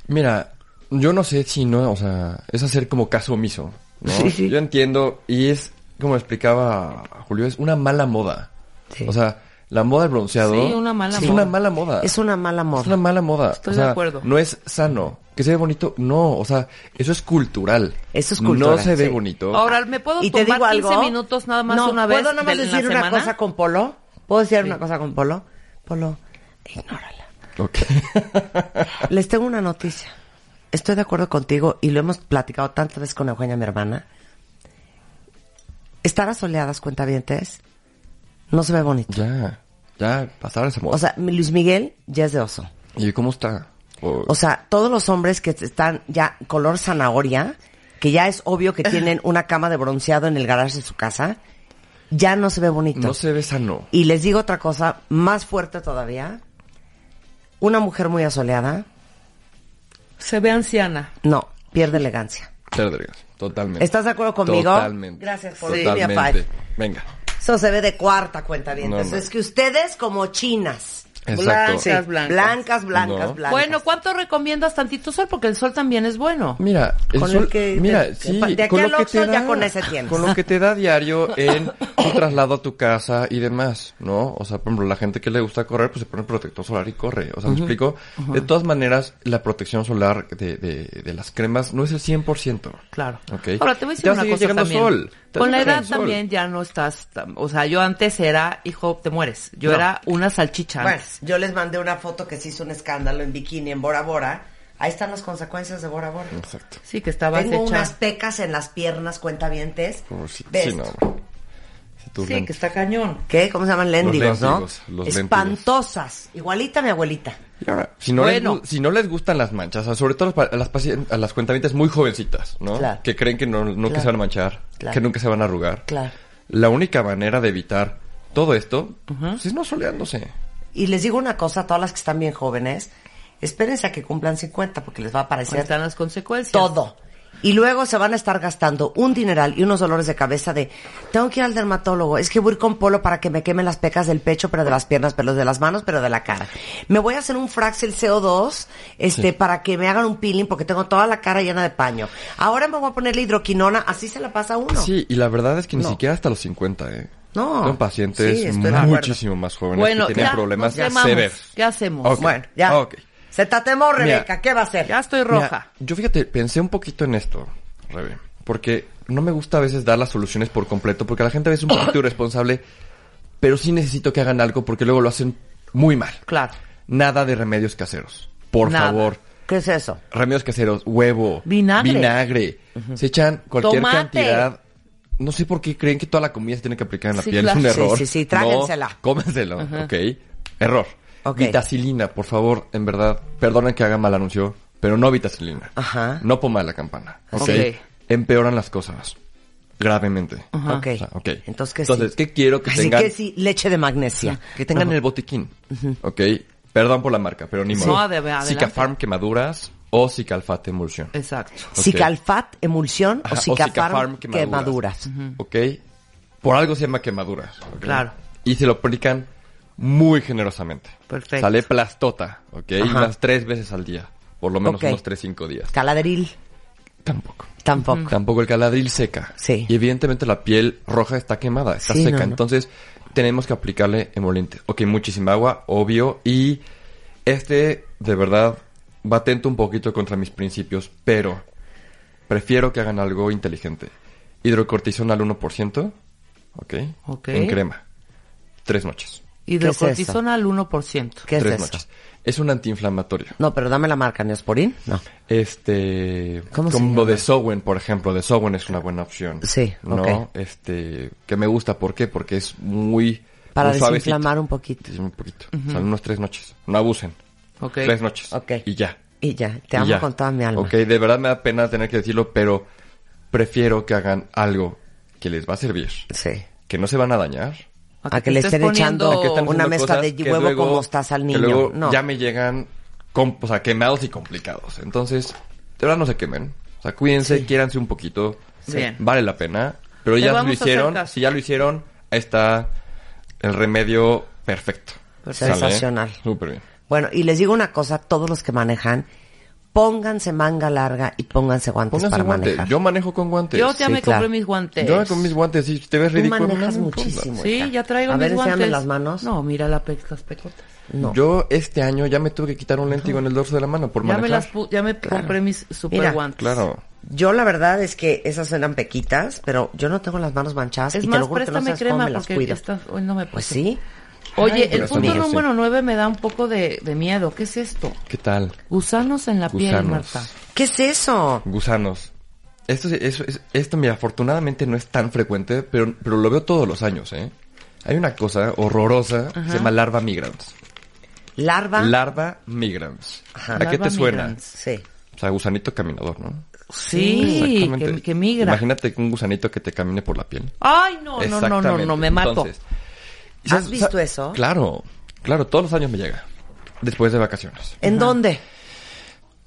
[SPEAKER 9] Mira, yo no sé si no, o sea, es hacer como caso omiso. ¿no? Yo entiendo, y es, como explicaba Julio, es una mala moda.
[SPEAKER 8] Sí.
[SPEAKER 9] O sea, la moda del bronceado
[SPEAKER 3] Sí, una mala
[SPEAKER 9] es
[SPEAKER 3] moda.
[SPEAKER 9] una mala moda.
[SPEAKER 8] Es una mala moda.
[SPEAKER 9] Es una mala moda.
[SPEAKER 3] Estoy
[SPEAKER 9] O sea,
[SPEAKER 3] de acuerdo.
[SPEAKER 9] No es sano. Que se ve bonito, no. O sea, eso es cultural.
[SPEAKER 8] Eso es cultural,
[SPEAKER 9] No se ve
[SPEAKER 8] sí.
[SPEAKER 9] bonito.
[SPEAKER 3] Ahora, ¿me puedo tomar 15 minutos nada más
[SPEAKER 8] No,
[SPEAKER 3] una vez
[SPEAKER 8] ¿Puedo nada más
[SPEAKER 3] de- en la
[SPEAKER 8] decir una
[SPEAKER 3] semana?
[SPEAKER 8] cosa con Polo? ¿Puedo decir una cosa con Polo? Polo, ignórala.
[SPEAKER 9] Ok.
[SPEAKER 8] Les tengo una noticia. Estoy de acuerdo contigo y lo hemos platicado tantas veces con Eugenia, mi hermana. Estar asoleadas, cuentavientes, no se ve bonito.
[SPEAKER 9] ya. Ya, pasar esa moda.
[SPEAKER 8] O sea, mi Luis Miguel ya es de oso.
[SPEAKER 9] ¿Y cómo está? O-
[SPEAKER 8] O sea, todos los hombres que están ya color zanahoria, que ya es obvio que tienen una cama de bronceado en el garaje de su casa, ya no se ve bonito.
[SPEAKER 9] no se ve sano.
[SPEAKER 8] Y les digo otra cosa más fuerte todavía. Una mujer muy asoleada,
[SPEAKER 3] Se ve anciana.
[SPEAKER 8] no, pierde elegancia.
[SPEAKER 9] Perdrigas, Totalmente.
[SPEAKER 8] ¿Estás de acuerdo conmigo?
[SPEAKER 9] Totalmente.
[SPEAKER 8] Gracias por venir,
[SPEAKER 9] Totalmente.
[SPEAKER 8] Apay.
[SPEAKER 9] Venga.
[SPEAKER 8] Eso se ve de cuarta cuenta bien.
[SPEAKER 9] No, no.
[SPEAKER 8] Es que ustedes como chinas.
[SPEAKER 9] Exacto.
[SPEAKER 8] Sí,
[SPEAKER 3] Blancas, blancas.
[SPEAKER 8] Blancas, blancas,
[SPEAKER 9] No.
[SPEAKER 8] blancas.
[SPEAKER 3] Bueno, ¿cuánto recomiendas tantito sol? Porque el sol también es bueno.
[SPEAKER 9] Mira, el
[SPEAKER 8] Con el
[SPEAKER 9] sol,
[SPEAKER 8] que-
[SPEAKER 9] mira,
[SPEAKER 8] de-
[SPEAKER 9] sí,
[SPEAKER 8] de aquí
[SPEAKER 9] con
[SPEAKER 8] al
[SPEAKER 9] lo que
[SPEAKER 8] Oxxo
[SPEAKER 9] te
[SPEAKER 8] ya
[SPEAKER 9] da-
[SPEAKER 8] con ese tienes.
[SPEAKER 9] Con lo que te da diario en tu traslado a tu casa y demás, ¿no? O sea, por ejemplo, la gente que le gusta correr, pues se pone protector solar y corre. O sea, ¿me explico? De todas maneras, la protección solar de, de, de las cremas no es el 100%.
[SPEAKER 3] Claro.
[SPEAKER 9] Ok.
[SPEAKER 3] Ahora te voy a decir
[SPEAKER 9] va
[SPEAKER 3] una
[SPEAKER 9] seguir
[SPEAKER 3] cosa
[SPEAKER 9] llegando
[SPEAKER 3] también.
[SPEAKER 9] sol. Te va
[SPEAKER 3] Con
[SPEAKER 9] a
[SPEAKER 3] la
[SPEAKER 9] llegar
[SPEAKER 3] edad
[SPEAKER 9] el sol.
[SPEAKER 3] también ya no estás, tan- o sea, yo antes era, hijo, te mueres. Yo
[SPEAKER 8] No.
[SPEAKER 3] era una salchicha
[SPEAKER 8] Bueno,
[SPEAKER 3] antes.
[SPEAKER 8] yo les mandé una foto que se hizo un escándalo en bikini en Bora Bora. Ahí están las consecuencias de Bora Bora.
[SPEAKER 9] Exacto.
[SPEAKER 3] Sí, que estabas
[SPEAKER 8] Tengo
[SPEAKER 3] hecha.
[SPEAKER 8] unas pecas en las piernas, cuentavientes.
[SPEAKER 9] Como si-
[SPEAKER 8] ¿Ves?
[SPEAKER 9] sí, no. Si tus
[SPEAKER 3] Sí, que
[SPEAKER 9] lentes.
[SPEAKER 3] está cañón.
[SPEAKER 8] ¿Qué? ¿Cómo se llaman? Léndigos, ¿no?
[SPEAKER 9] léndigos, los léndigos.
[SPEAKER 8] Espantosas. Igualita a mi abuelita.
[SPEAKER 9] Y ahora, si no, les
[SPEAKER 3] Bueno.
[SPEAKER 9] gu- si no les gustan las manchas, o sea, sobre todo a las pa- a las, pacien- a las cuentavientes muy jovencitas, ¿no?
[SPEAKER 8] Claro.
[SPEAKER 9] Que creen que no, nunca
[SPEAKER 8] Claro.
[SPEAKER 9] se van a manchar,
[SPEAKER 8] Claro.
[SPEAKER 9] que nunca se van a arrugar.
[SPEAKER 8] Claro.
[SPEAKER 9] La única manera de evitar todo esto pues, es no soleándose.
[SPEAKER 8] Y les digo una cosa a todas las que están bien jóvenes. Espérense a que cumplan 50 porque les va a
[SPEAKER 3] Ahí
[SPEAKER 8] parecer
[SPEAKER 3] están las consecuencias.
[SPEAKER 8] todo. Y luego se van a estar gastando un dineral y unos dolores de cabeza de, tengo que ir al dermatólogo, es que voy a ir con polo para que me quemen las pecas del pecho, pero de las piernas, pero de las manos, pero de la cara. Me voy a hacer un Fraxel CO2, este, para que me hagan un peeling porque tengo toda la cara llena de paño. Ahora me voy a poner la hidroquinona, así se la pasa uno.
[SPEAKER 9] Sí, y la verdad es que ni
[SPEAKER 8] No.
[SPEAKER 9] siquiera hasta los 50, ¿eh?
[SPEAKER 8] No.
[SPEAKER 9] Son pacientes
[SPEAKER 8] Sí, estoy de acuerdo.
[SPEAKER 9] muchísimo más jóvenes
[SPEAKER 3] Bueno,
[SPEAKER 9] que tienen
[SPEAKER 3] ya
[SPEAKER 9] problemas
[SPEAKER 3] nos quemamos.
[SPEAKER 9] severos.
[SPEAKER 3] ¿Qué hacemos?
[SPEAKER 9] Ok.
[SPEAKER 8] Bueno, ya.
[SPEAKER 9] Ok.
[SPEAKER 8] Se tatemó,
[SPEAKER 9] Mira.
[SPEAKER 8] Rebeca, ¿qué va a hacer?
[SPEAKER 3] Ya estoy
[SPEAKER 9] Mira,
[SPEAKER 3] roja.
[SPEAKER 9] yo fíjate, pensé un poquito en esto, Rebe, porque no me gusta a veces dar las soluciones por completo, porque la gente a veces es un poquito irresponsable, pero sí necesito que hagan algo porque luego lo hacen muy mal.
[SPEAKER 3] Claro.
[SPEAKER 9] Nada de remedios caseros. Por
[SPEAKER 3] Nada.
[SPEAKER 9] favor.
[SPEAKER 8] ¿Qué es eso?
[SPEAKER 9] Remedios caseros, huevo,
[SPEAKER 3] Vinagre.
[SPEAKER 9] vinagre. Se echan cualquier
[SPEAKER 3] Tomate.
[SPEAKER 9] cantidad. No sé por qué creen que toda la comida se tiene que aplicar en la
[SPEAKER 3] Sí,
[SPEAKER 9] piel.
[SPEAKER 3] claro.
[SPEAKER 9] Es
[SPEAKER 8] Sí,
[SPEAKER 9] un error.
[SPEAKER 8] sí, sí,
[SPEAKER 9] No,
[SPEAKER 8] tráguensela.
[SPEAKER 9] cómenselo. Ok. Error.
[SPEAKER 8] Ok.
[SPEAKER 9] Vitacilina, por favor, en verdad. Perdonen que haga mal anuncio, pero no vitacilina.
[SPEAKER 8] Ajá.
[SPEAKER 9] No pomada de la campana. Ok.
[SPEAKER 3] Ok.
[SPEAKER 9] Empeoran las cosas. Gravemente.
[SPEAKER 8] Ok.
[SPEAKER 9] O sea, ok.
[SPEAKER 8] Entonces, ¿qué sí?
[SPEAKER 9] ¿qué quiero que
[SPEAKER 8] Así
[SPEAKER 9] tengan?
[SPEAKER 8] que sí, leche de magnesia.
[SPEAKER 9] Que tengan el botiquín. Ok. Perdón por la marca, pero ni
[SPEAKER 3] Sí.
[SPEAKER 9] modo.
[SPEAKER 3] No, de- adelante.
[SPEAKER 9] Cicafarm quemaduras o Cicalfate emulsión.
[SPEAKER 3] Exacto.
[SPEAKER 9] Ok.
[SPEAKER 8] Cicalfat, emulsión
[SPEAKER 9] Ajá,
[SPEAKER 8] o cicafarm,
[SPEAKER 9] quemaduras.
[SPEAKER 8] quemaduras.
[SPEAKER 9] Ok. Por algo se llama quemaduras. ok.
[SPEAKER 3] Claro.
[SPEAKER 9] Y se lo aplican muy generosamente.
[SPEAKER 3] Perfecto.
[SPEAKER 9] Sale plastota, ok.
[SPEAKER 8] Ajá.
[SPEAKER 9] Unas tres veces al día. Por lo menos
[SPEAKER 8] Ok.
[SPEAKER 9] unos tres, cinco días.
[SPEAKER 8] Caladril,
[SPEAKER 9] Tampoco.
[SPEAKER 8] tampoco.
[SPEAKER 9] Tampoco el caladril seca.
[SPEAKER 8] Mm. Sí.
[SPEAKER 9] Y evidentemente la piel roja está quemada, está
[SPEAKER 8] Sí,
[SPEAKER 9] seca.
[SPEAKER 8] no, no.
[SPEAKER 9] Entonces tenemos que aplicarle emoliente. Ok, muchísima agua, obvio. Y este, de verdad, va atento un poquito contra mis principios, pero prefiero que hagan algo inteligente. Hidrocortisona al 1%, ok.
[SPEAKER 3] Ok.
[SPEAKER 9] En crema. Tres noches.
[SPEAKER 3] Hidrocortisona al 1%.
[SPEAKER 8] ¿Qué es
[SPEAKER 9] tres
[SPEAKER 8] eso?
[SPEAKER 9] noches. Es un antiinflamatorio.
[SPEAKER 8] No, pero dame la marca, Neosporin. No.
[SPEAKER 9] Este,
[SPEAKER 8] ¿Cómo se
[SPEAKER 9] como
[SPEAKER 8] llama?
[SPEAKER 9] de Sowen, por ejemplo, de Sowen es una buena opción.
[SPEAKER 8] Sí,
[SPEAKER 9] ¿no?
[SPEAKER 8] ok.
[SPEAKER 9] Este, que me gusta, ¿por qué? Porque es muy
[SPEAKER 8] Para
[SPEAKER 9] muy suavecito.
[SPEAKER 8] desinflamar un poquito.
[SPEAKER 9] Sí, un poquito. Son unos tres noches. No abusen.
[SPEAKER 3] Ok.
[SPEAKER 9] Tres noches.
[SPEAKER 8] Ok.
[SPEAKER 9] Y ya.
[SPEAKER 8] Y ya, te
[SPEAKER 9] Y
[SPEAKER 8] amo
[SPEAKER 9] ya.
[SPEAKER 8] con toda mi alma.
[SPEAKER 9] Ok, de verdad me da pena tener que decirlo, pero prefiero que hagan algo que les va a servir,
[SPEAKER 8] Sí.
[SPEAKER 9] que no se van a dañar.
[SPEAKER 8] A que le
[SPEAKER 3] te
[SPEAKER 8] estén
[SPEAKER 3] estés
[SPEAKER 8] echando
[SPEAKER 9] que
[SPEAKER 3] poniendo-
[SPEAKER 9] están
[SPEAKER 8] una
[SPEAKER 9] haciendo
[SPEAKER 8] mezcla
[SPEAKER 9] cosas
[SPEAKER 8] de
[SPEAKER 9] que
[SPEAKER 8] huevo con
[SPEAKER 9] luego-
[SPEAKER 8] mostaza al
[SPEAKER 9] que
[SPEAKER 8] niño.
[SPEAKER 9] luego
[SPEAKER 8] No.
[SPEAKER 9] ya me llegan con, o sea, quemados y complicados. Entonces, de verdad no se quemen. O sea, cuídense, quiéranse un poquito.
[SPEAKER 3] Sí. Bien.
[SPEAKER 9] Vale la pena. Pero
[SPEAKER 3] Te
[SPEAKER 9] ya
[SPEAKER 3] vamos
[SPEAKER 9] lo
[SPEAKER 3] a hacer
[SPEAKER 9] hicieron.
[SPEAKER 3] caso.
[SPEAKER 9] Si ya lo hicieron, ahí está el remedio perfecto. ¿Sale? ¿eh?
[SPEAKER 8] Sensacional.
[SPEAKER 9] Súper bien.
[SPEAKER 8] Bueno, y les digo una cosa, todos los que manejan, pónganse manga larga y pónganse guantes
[SPEAKER 9] Pónganse
[SPEAKER 8] para
[SPEAKER 9] guante.
[SPEAKER 8] manejar.
[SPEAKER 9] Yo manejo con guantes.
[SPEAKER 3] Yo ya
[SPEAKER 8] Sí,
[SPEAKER 3] me
[SPEAKER 8] claro.
[SPEAKER 3] compré mis guantes.
[SPEAKER 9] Yo con mis guantes. Si te ves
[SPEAKER 8] Tú
[SPEAKER 9] ridículo, no
[SPEAKER 8] manejas
[SPEAKER 9] me importa.
[SPEAKER 8] muchísimo.
[SPEAKER 3] Sí,
[SPEAKER 8] hija.
[SPEAKER 3] ya traigo
[SPEAKER 8] A
[SPEAKER 3] mis
[SPEAKER 8] ver, enséñame
[SPEAKER 3] guantes.
[SPEAKER 8] las mamas.
[SPEAKER 3] No, mira la pe- las pecotas.
[SPEAKER 8] No.
[SPEAKER 9] Yo este año ya me tuve que quitar un léntigo en el dorso de la mano por
[SPEAKER 3] Ya me,
[SPEAKER 9] manejar.
[SPEAKER 3] las pu- ya me compré mis super
[SPEAKER 8] Mira.
[SPEAKER 3] guantes.
[SPEAKER 9] Claro.
[SPEAKER 8] Yo la verdad es que esas eran pequitas, pero yo no tengo las manos manchadas
[SPEAKER 3] Es
[SPEAKER 8] y te
[SPEAKER 3] más,
[SPEAKER 8] lo juro que no
[SPEAKER 3] préstame
[SPEAKER 8] sabes cómo
[SPEAKER 3] crema
[SPEAKER 8] me las
[SPEAKER 3] porque
[SPEAKER 8] cuido.
[SPEAKER 3] estas hoy no me
[SPEAKER 8] Pues
[SPEAKER 3] puse.
[SPEAKER 8] sí.
[SPEAKER 3] Oye,
[SPEAKER 9] pero
[SPEAKER 3] el
[SPEAKER 9] está
[SPEAKER 3] punto
[SPEAKER 9] bien, sí.
[SPEAKER 3] número 9 me da un poco de, de miedo. ¿Qué es esto?
[SPEAKER 9] ¿Qué tal?
[SPEAKER 3] Gusanos en la piel,
[SPEAKER 9] Gusanos.
[SPEAKER 3] Marta.
[SPEAKER 8] ¿Qué es eso?
[SPEAKER 9] Gusanos. Esto, es- eso es- esto, mira, afortunadamente no es tan frecuente, pero, pero lo veo todos los años, ¿eh? Hay una cosa horrorosa que se llama larva migrans.
[SPEAKER 8] Larva.
[SPEAKER 9] Larva migrans.
[SPEAKER 8] Ajá.
[SPEAKER 9] ¿A qué
[SPEAKER 3] Larva
[SPEAKER 9] te suena?
[SPEAKER 3] migrans.
[SPEAKER 8] sí.
[SPEAKER 9] O sea, gusanito caminador, ¿no?
[SPEAKER 3] Sí, que, que migra.
[SPEAKER 9] Imagínate un gusanito que te camine por la piel.
[SPEAKER 3] Ay, no, no, no, no,
[SPEAKER 9] Exactamente.
[SPEAKER 3] no, me mato.
[SPEAKER 9] Entonces, ¿sabes-
[SPEAKER 8] visto
[SPEAKER 9] sabes-
[SPEAKER 8] eso?
[SPEAKER 9] Claro, claro, todos los años me llega. Después de vacaciones.
[SPEAKER 8] ¿En dónde?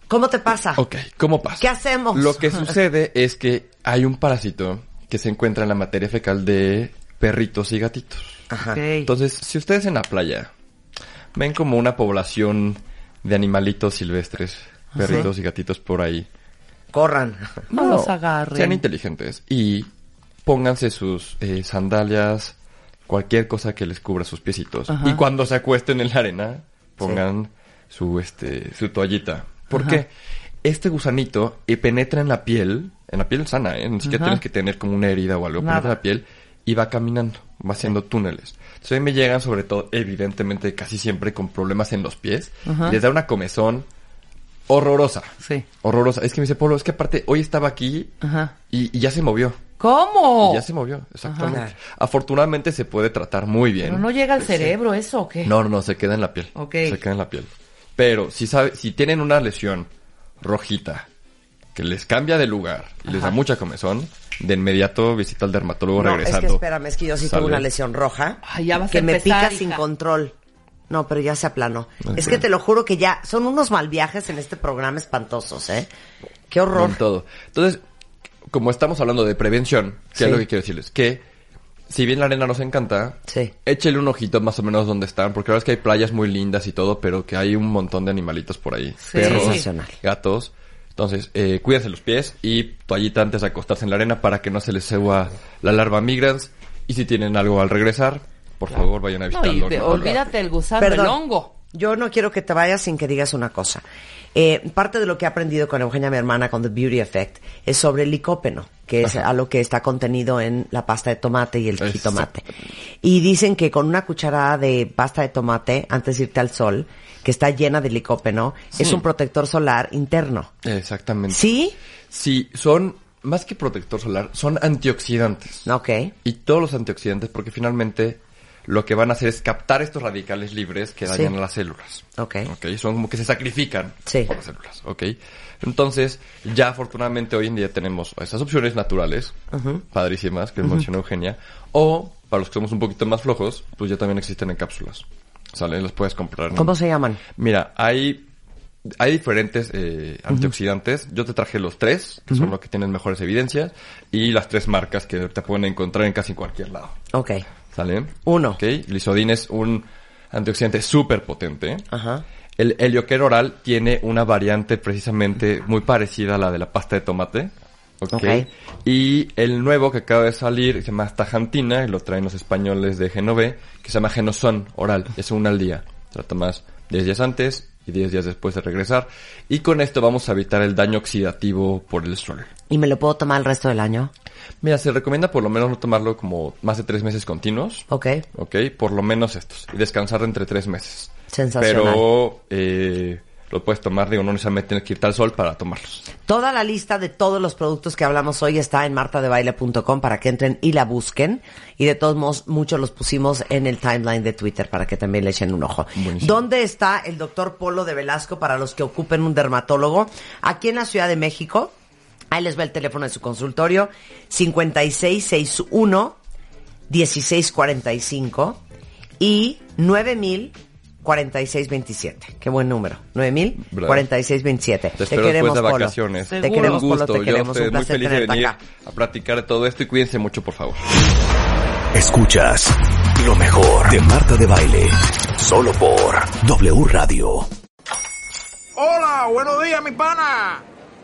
[SPEAKER 8] ¿Cómo te pasa?
[SPEAKER 9] Ok, ¿cómo pasa?
[SPEAKER 8] ¿Qué hacemos?
[SPEAKER 9] Lo que sucede es que hay un parásito que se encuentra en la materia fecal de perritos y gatitos.
[SPEAKER 8] Ajá.
[SPEAKER 3] Ok.
[SPEAKER 9] Entonces, si ustedes en la playa ven como una población de animalitos silvestres, perritos y gatitos por ahí,
[SPEAKER 8] Corran.
[SPEAKER 3] No los agarren.
[SPEAKER 9] Sean inteligentes y pónganse sus eh, sandalias, cualquier cosa que les cubra sus piecitos.
[SPEAKER 3] Ajá.
[SPEAKER 9] Y cuando se acuesten en la arena, pongan su este su toallita. Porque este gusanito eh, penetra en la piel, en la piel sana, ¿eh? Ni siquiera
[SPEAKER 3] Ajá.
[SPEAKER 9] tienes que tener como una herida o algo.
[SPEAKER 3] Nada.
[SPEAKER 9] Penetra la piel y va caminando, va haciendo túneles. Entonces a mí me llegan sobre todo, evidentemente, casi siempre con problemas en los pies.
[SPEAKER 3] Ajá.
[SPEAKER 9] Les da una comezón horrorosa.
[SPEAKER 3] Sí.
[SPEAKER 9] Horrorosa. Es que me dice, Polo, es que aparte hoy estaba aquí
[SPEAKER 3] Ajá. Oh.
[SPEAKER 9] y, y ya se movió.
[SPEAKER 3] ¿Cómo?
[SPEAKER 9] Y ya se movió, exactamente.
[SPEAKER 8] Ajá.
[SPEAKER 9] Afortunadamente se puede tratar muy bien.
[SPEAKER 3] Pero no llega al cerebro eso, ¿o qué?
[SPEAKER 9] No, no, no, se queda en la piel.
[SPEAKER 3] Ok.
[SPEAKER 9] Se queda en la piel. Pero si sabe, si tienen una lesión rojita que les cambia de lugar y les da mucha comezón, de inmediato visita al dermatólogo
[SPEAKER 8] No, es
[SPEAKER 9] regresando.
[SPEAKER 8] que espérame, es que yo sí
[SPEAKER 9] Sale.
[SPEAKER 8] tuve una lesión roja
[SPEAKER 3] Ay, ya vas a
[SPEAKER 8] que me
[SPEAKER 3] empezar,
[SPEAKER 8] pica
[SPEAKER 3] hija.
[SPEAKER 8] sin control. No, pero ya se aplanó.
[SPEAKER 9] Ok.
[SPEAKER 8] Es que te lo juro que ya son unos mal viajes en este programa espantosos, ¿eh? Qué horror.
[SPEAKER 9] con todo. Entonces, como estamos hablando de prevención, ¿qué
[SPEAKER 8] Sí.
[SPEAKER 9] es lo que quiero decirles? Que si bien la arena nos encanta,
[SPEAKER 8] Sí.
[SPEAKER 9] échele un ojito más o menos donde están, porque la verdad es que hay playas muy lindas y todo, pero que hay un montón de animalitos por ahí. Perros,
[SPEAKER 8] Sensacional.
[SPEAKER 9] gatos. Entonces, eh, cuídense los pies y toallita antes de acostarse en la arena para que no se les suba la larva migrans. Y si tienen algo al regresar, por favor vayan a
[SPEAKER 3] No, y
[SPEAKER 9] visitarlo.
[SPEAKER 3] de-
[SPEAKER 9] ¿no?
[SPEAKER 3] olvídate el gusano,
[SPEAKER 8] Perdón.
[SPEAKER 3] el hongo.
[SPEAKER 8] Yo no quiero que te vayas sin que digas una cosa. Eh, parte de lo que he aprendido con Eugenia, mi hermana, con The Beauty Effect, es sobre el licópeno, que es a lo que está contenido en la pasta de tomate y el
[SPEAKER 9] Exacto.
[SPEAKER 8] jitomate. Y dicen que con una cucharada de pasta de tomate, antes de irte al sol, que está llena de licópeno, es un protector solar interno.
[SPEAKER 9] Exactamente.
[SPEAKER 8] ¿Sí?
[SPEAKER 9] Sí, son, más que protector solar, son antioxidantes.
[SPEAKER 8] Ok.
[SPEAKER 9] y todos los antioxidantes porque finalmente lo que van a hacer es captar estos radicales libres que dañan
[SPEAKER 8] Sí.
[SPEAKER 9] a las células.
[SPEAKER 8] Ok.
[SPEAKER 9] Ok, son como que se sacrifican
[SPEAKER 8] Sí.
[SPEAKER 9] por las células, ok. Entonces, ya afortunadamente hoy en día tenemos esas opciones naturales, padrísimas, que mencionó Eugenia, o para los que somos un poquito más flojos, pues ya también existen en cápsulas. ¿Sale? Las puedes comprar. en-
[SPEAKER 8] ¿Cómo se llaman?
[SPEAKER 9] Mira, hay, hay diferentes eh, antioxidantes. Yo te traje los tres, que son los que tienen mejores evidencias, y las tres marcas que te pueden encontrar en casi cualquier lado.
[SPEAKER 8] Ok.
[SPEAKER 9] ¿Sale?
[SPEAKER 8] Uno.
[SPEAKER 9] Ok, lisodin es un antioxidante súper potente.
[SPEAKER 8] Ajá.
[SPEAKER 9] El helioquer oral tiene una variante precisamente muy parecida a la de la pasta de tomate. Ok.
[SPEAKER 8] Ok.
[SPEAKER 9] Y el nuevo que acaba de salir, que se llama Tajantina, y lo traen los españoles de Genove, que se llama Genoson oral. Es una al día. Te la tomas 10 días antes y 10 días después de regresar. Y con esto vamos a evitar el daño oxidativo por el sol.
[SPEAKER 8] ¿Y me lo puedo tomar el resto del año?
[SPEAKER 9] Mira, se recomienda por lo menos no tomarlo como más de tres meses continuos.
[SPEAKER 8] Ok.
[SPEAKER 9] Ok, por lo menos estos. Y descansar entre tres meses.
[SPEAKER 8] Sensacional.
[SPEAKER 9] Pero eh, lo puedes tomar, digo, no necesariamente tienes que irte al sol para tomarlos.
[SPEAKER 8] Toda la lista de todos los productos que hablamos hoy está en martadebaile.com para que entren y la busquen. Y de todos modos, muchos los pusimos en el timeline de Twitter para que también le echen un ojo.
[SPEAKER 9] Buenísimo.
[SPEAKER 8] ¿Dónde está el doctor Polo de Velasco para los que ocupen un dermatólogo? Aquí en la Ciudad de México. Ahí les va el teléfono de su consultorio. 5661 1645 y 9000 4627. Qué buen número. 9000
[SPEAKER 9] Bravo.
[SPEAKER 8] 4627.
[SPEAKER 9] Te espero después de vacaciones.
[SPEAKER 8] Polo. Te
[SPEAKER 3] Seguro.
[SPEAKER 8] queremos,
[SPEAKER 9] Un gusto.
[SPEAKER 8] Polo, te
[SPEAKER 9] Yo
[SPEAKER 8] queremos. un
[SPEAKER 9] estoy muy
[SPEAKER 8] placer
[SPEAKER 9] feliz de
[SPEAKER 8] tenerte
[SPEAKER 9] venir
[SPEAKER 8] acá.
[SPEAKER 9] a platicar de todo esto y cuídense mucho, por favor.
[SPEAKER 2] Escuchas lo mejor de Marta de Baile. Solo por W Radio.
[SPEAKER 7] Hola, buenos días, mi pana.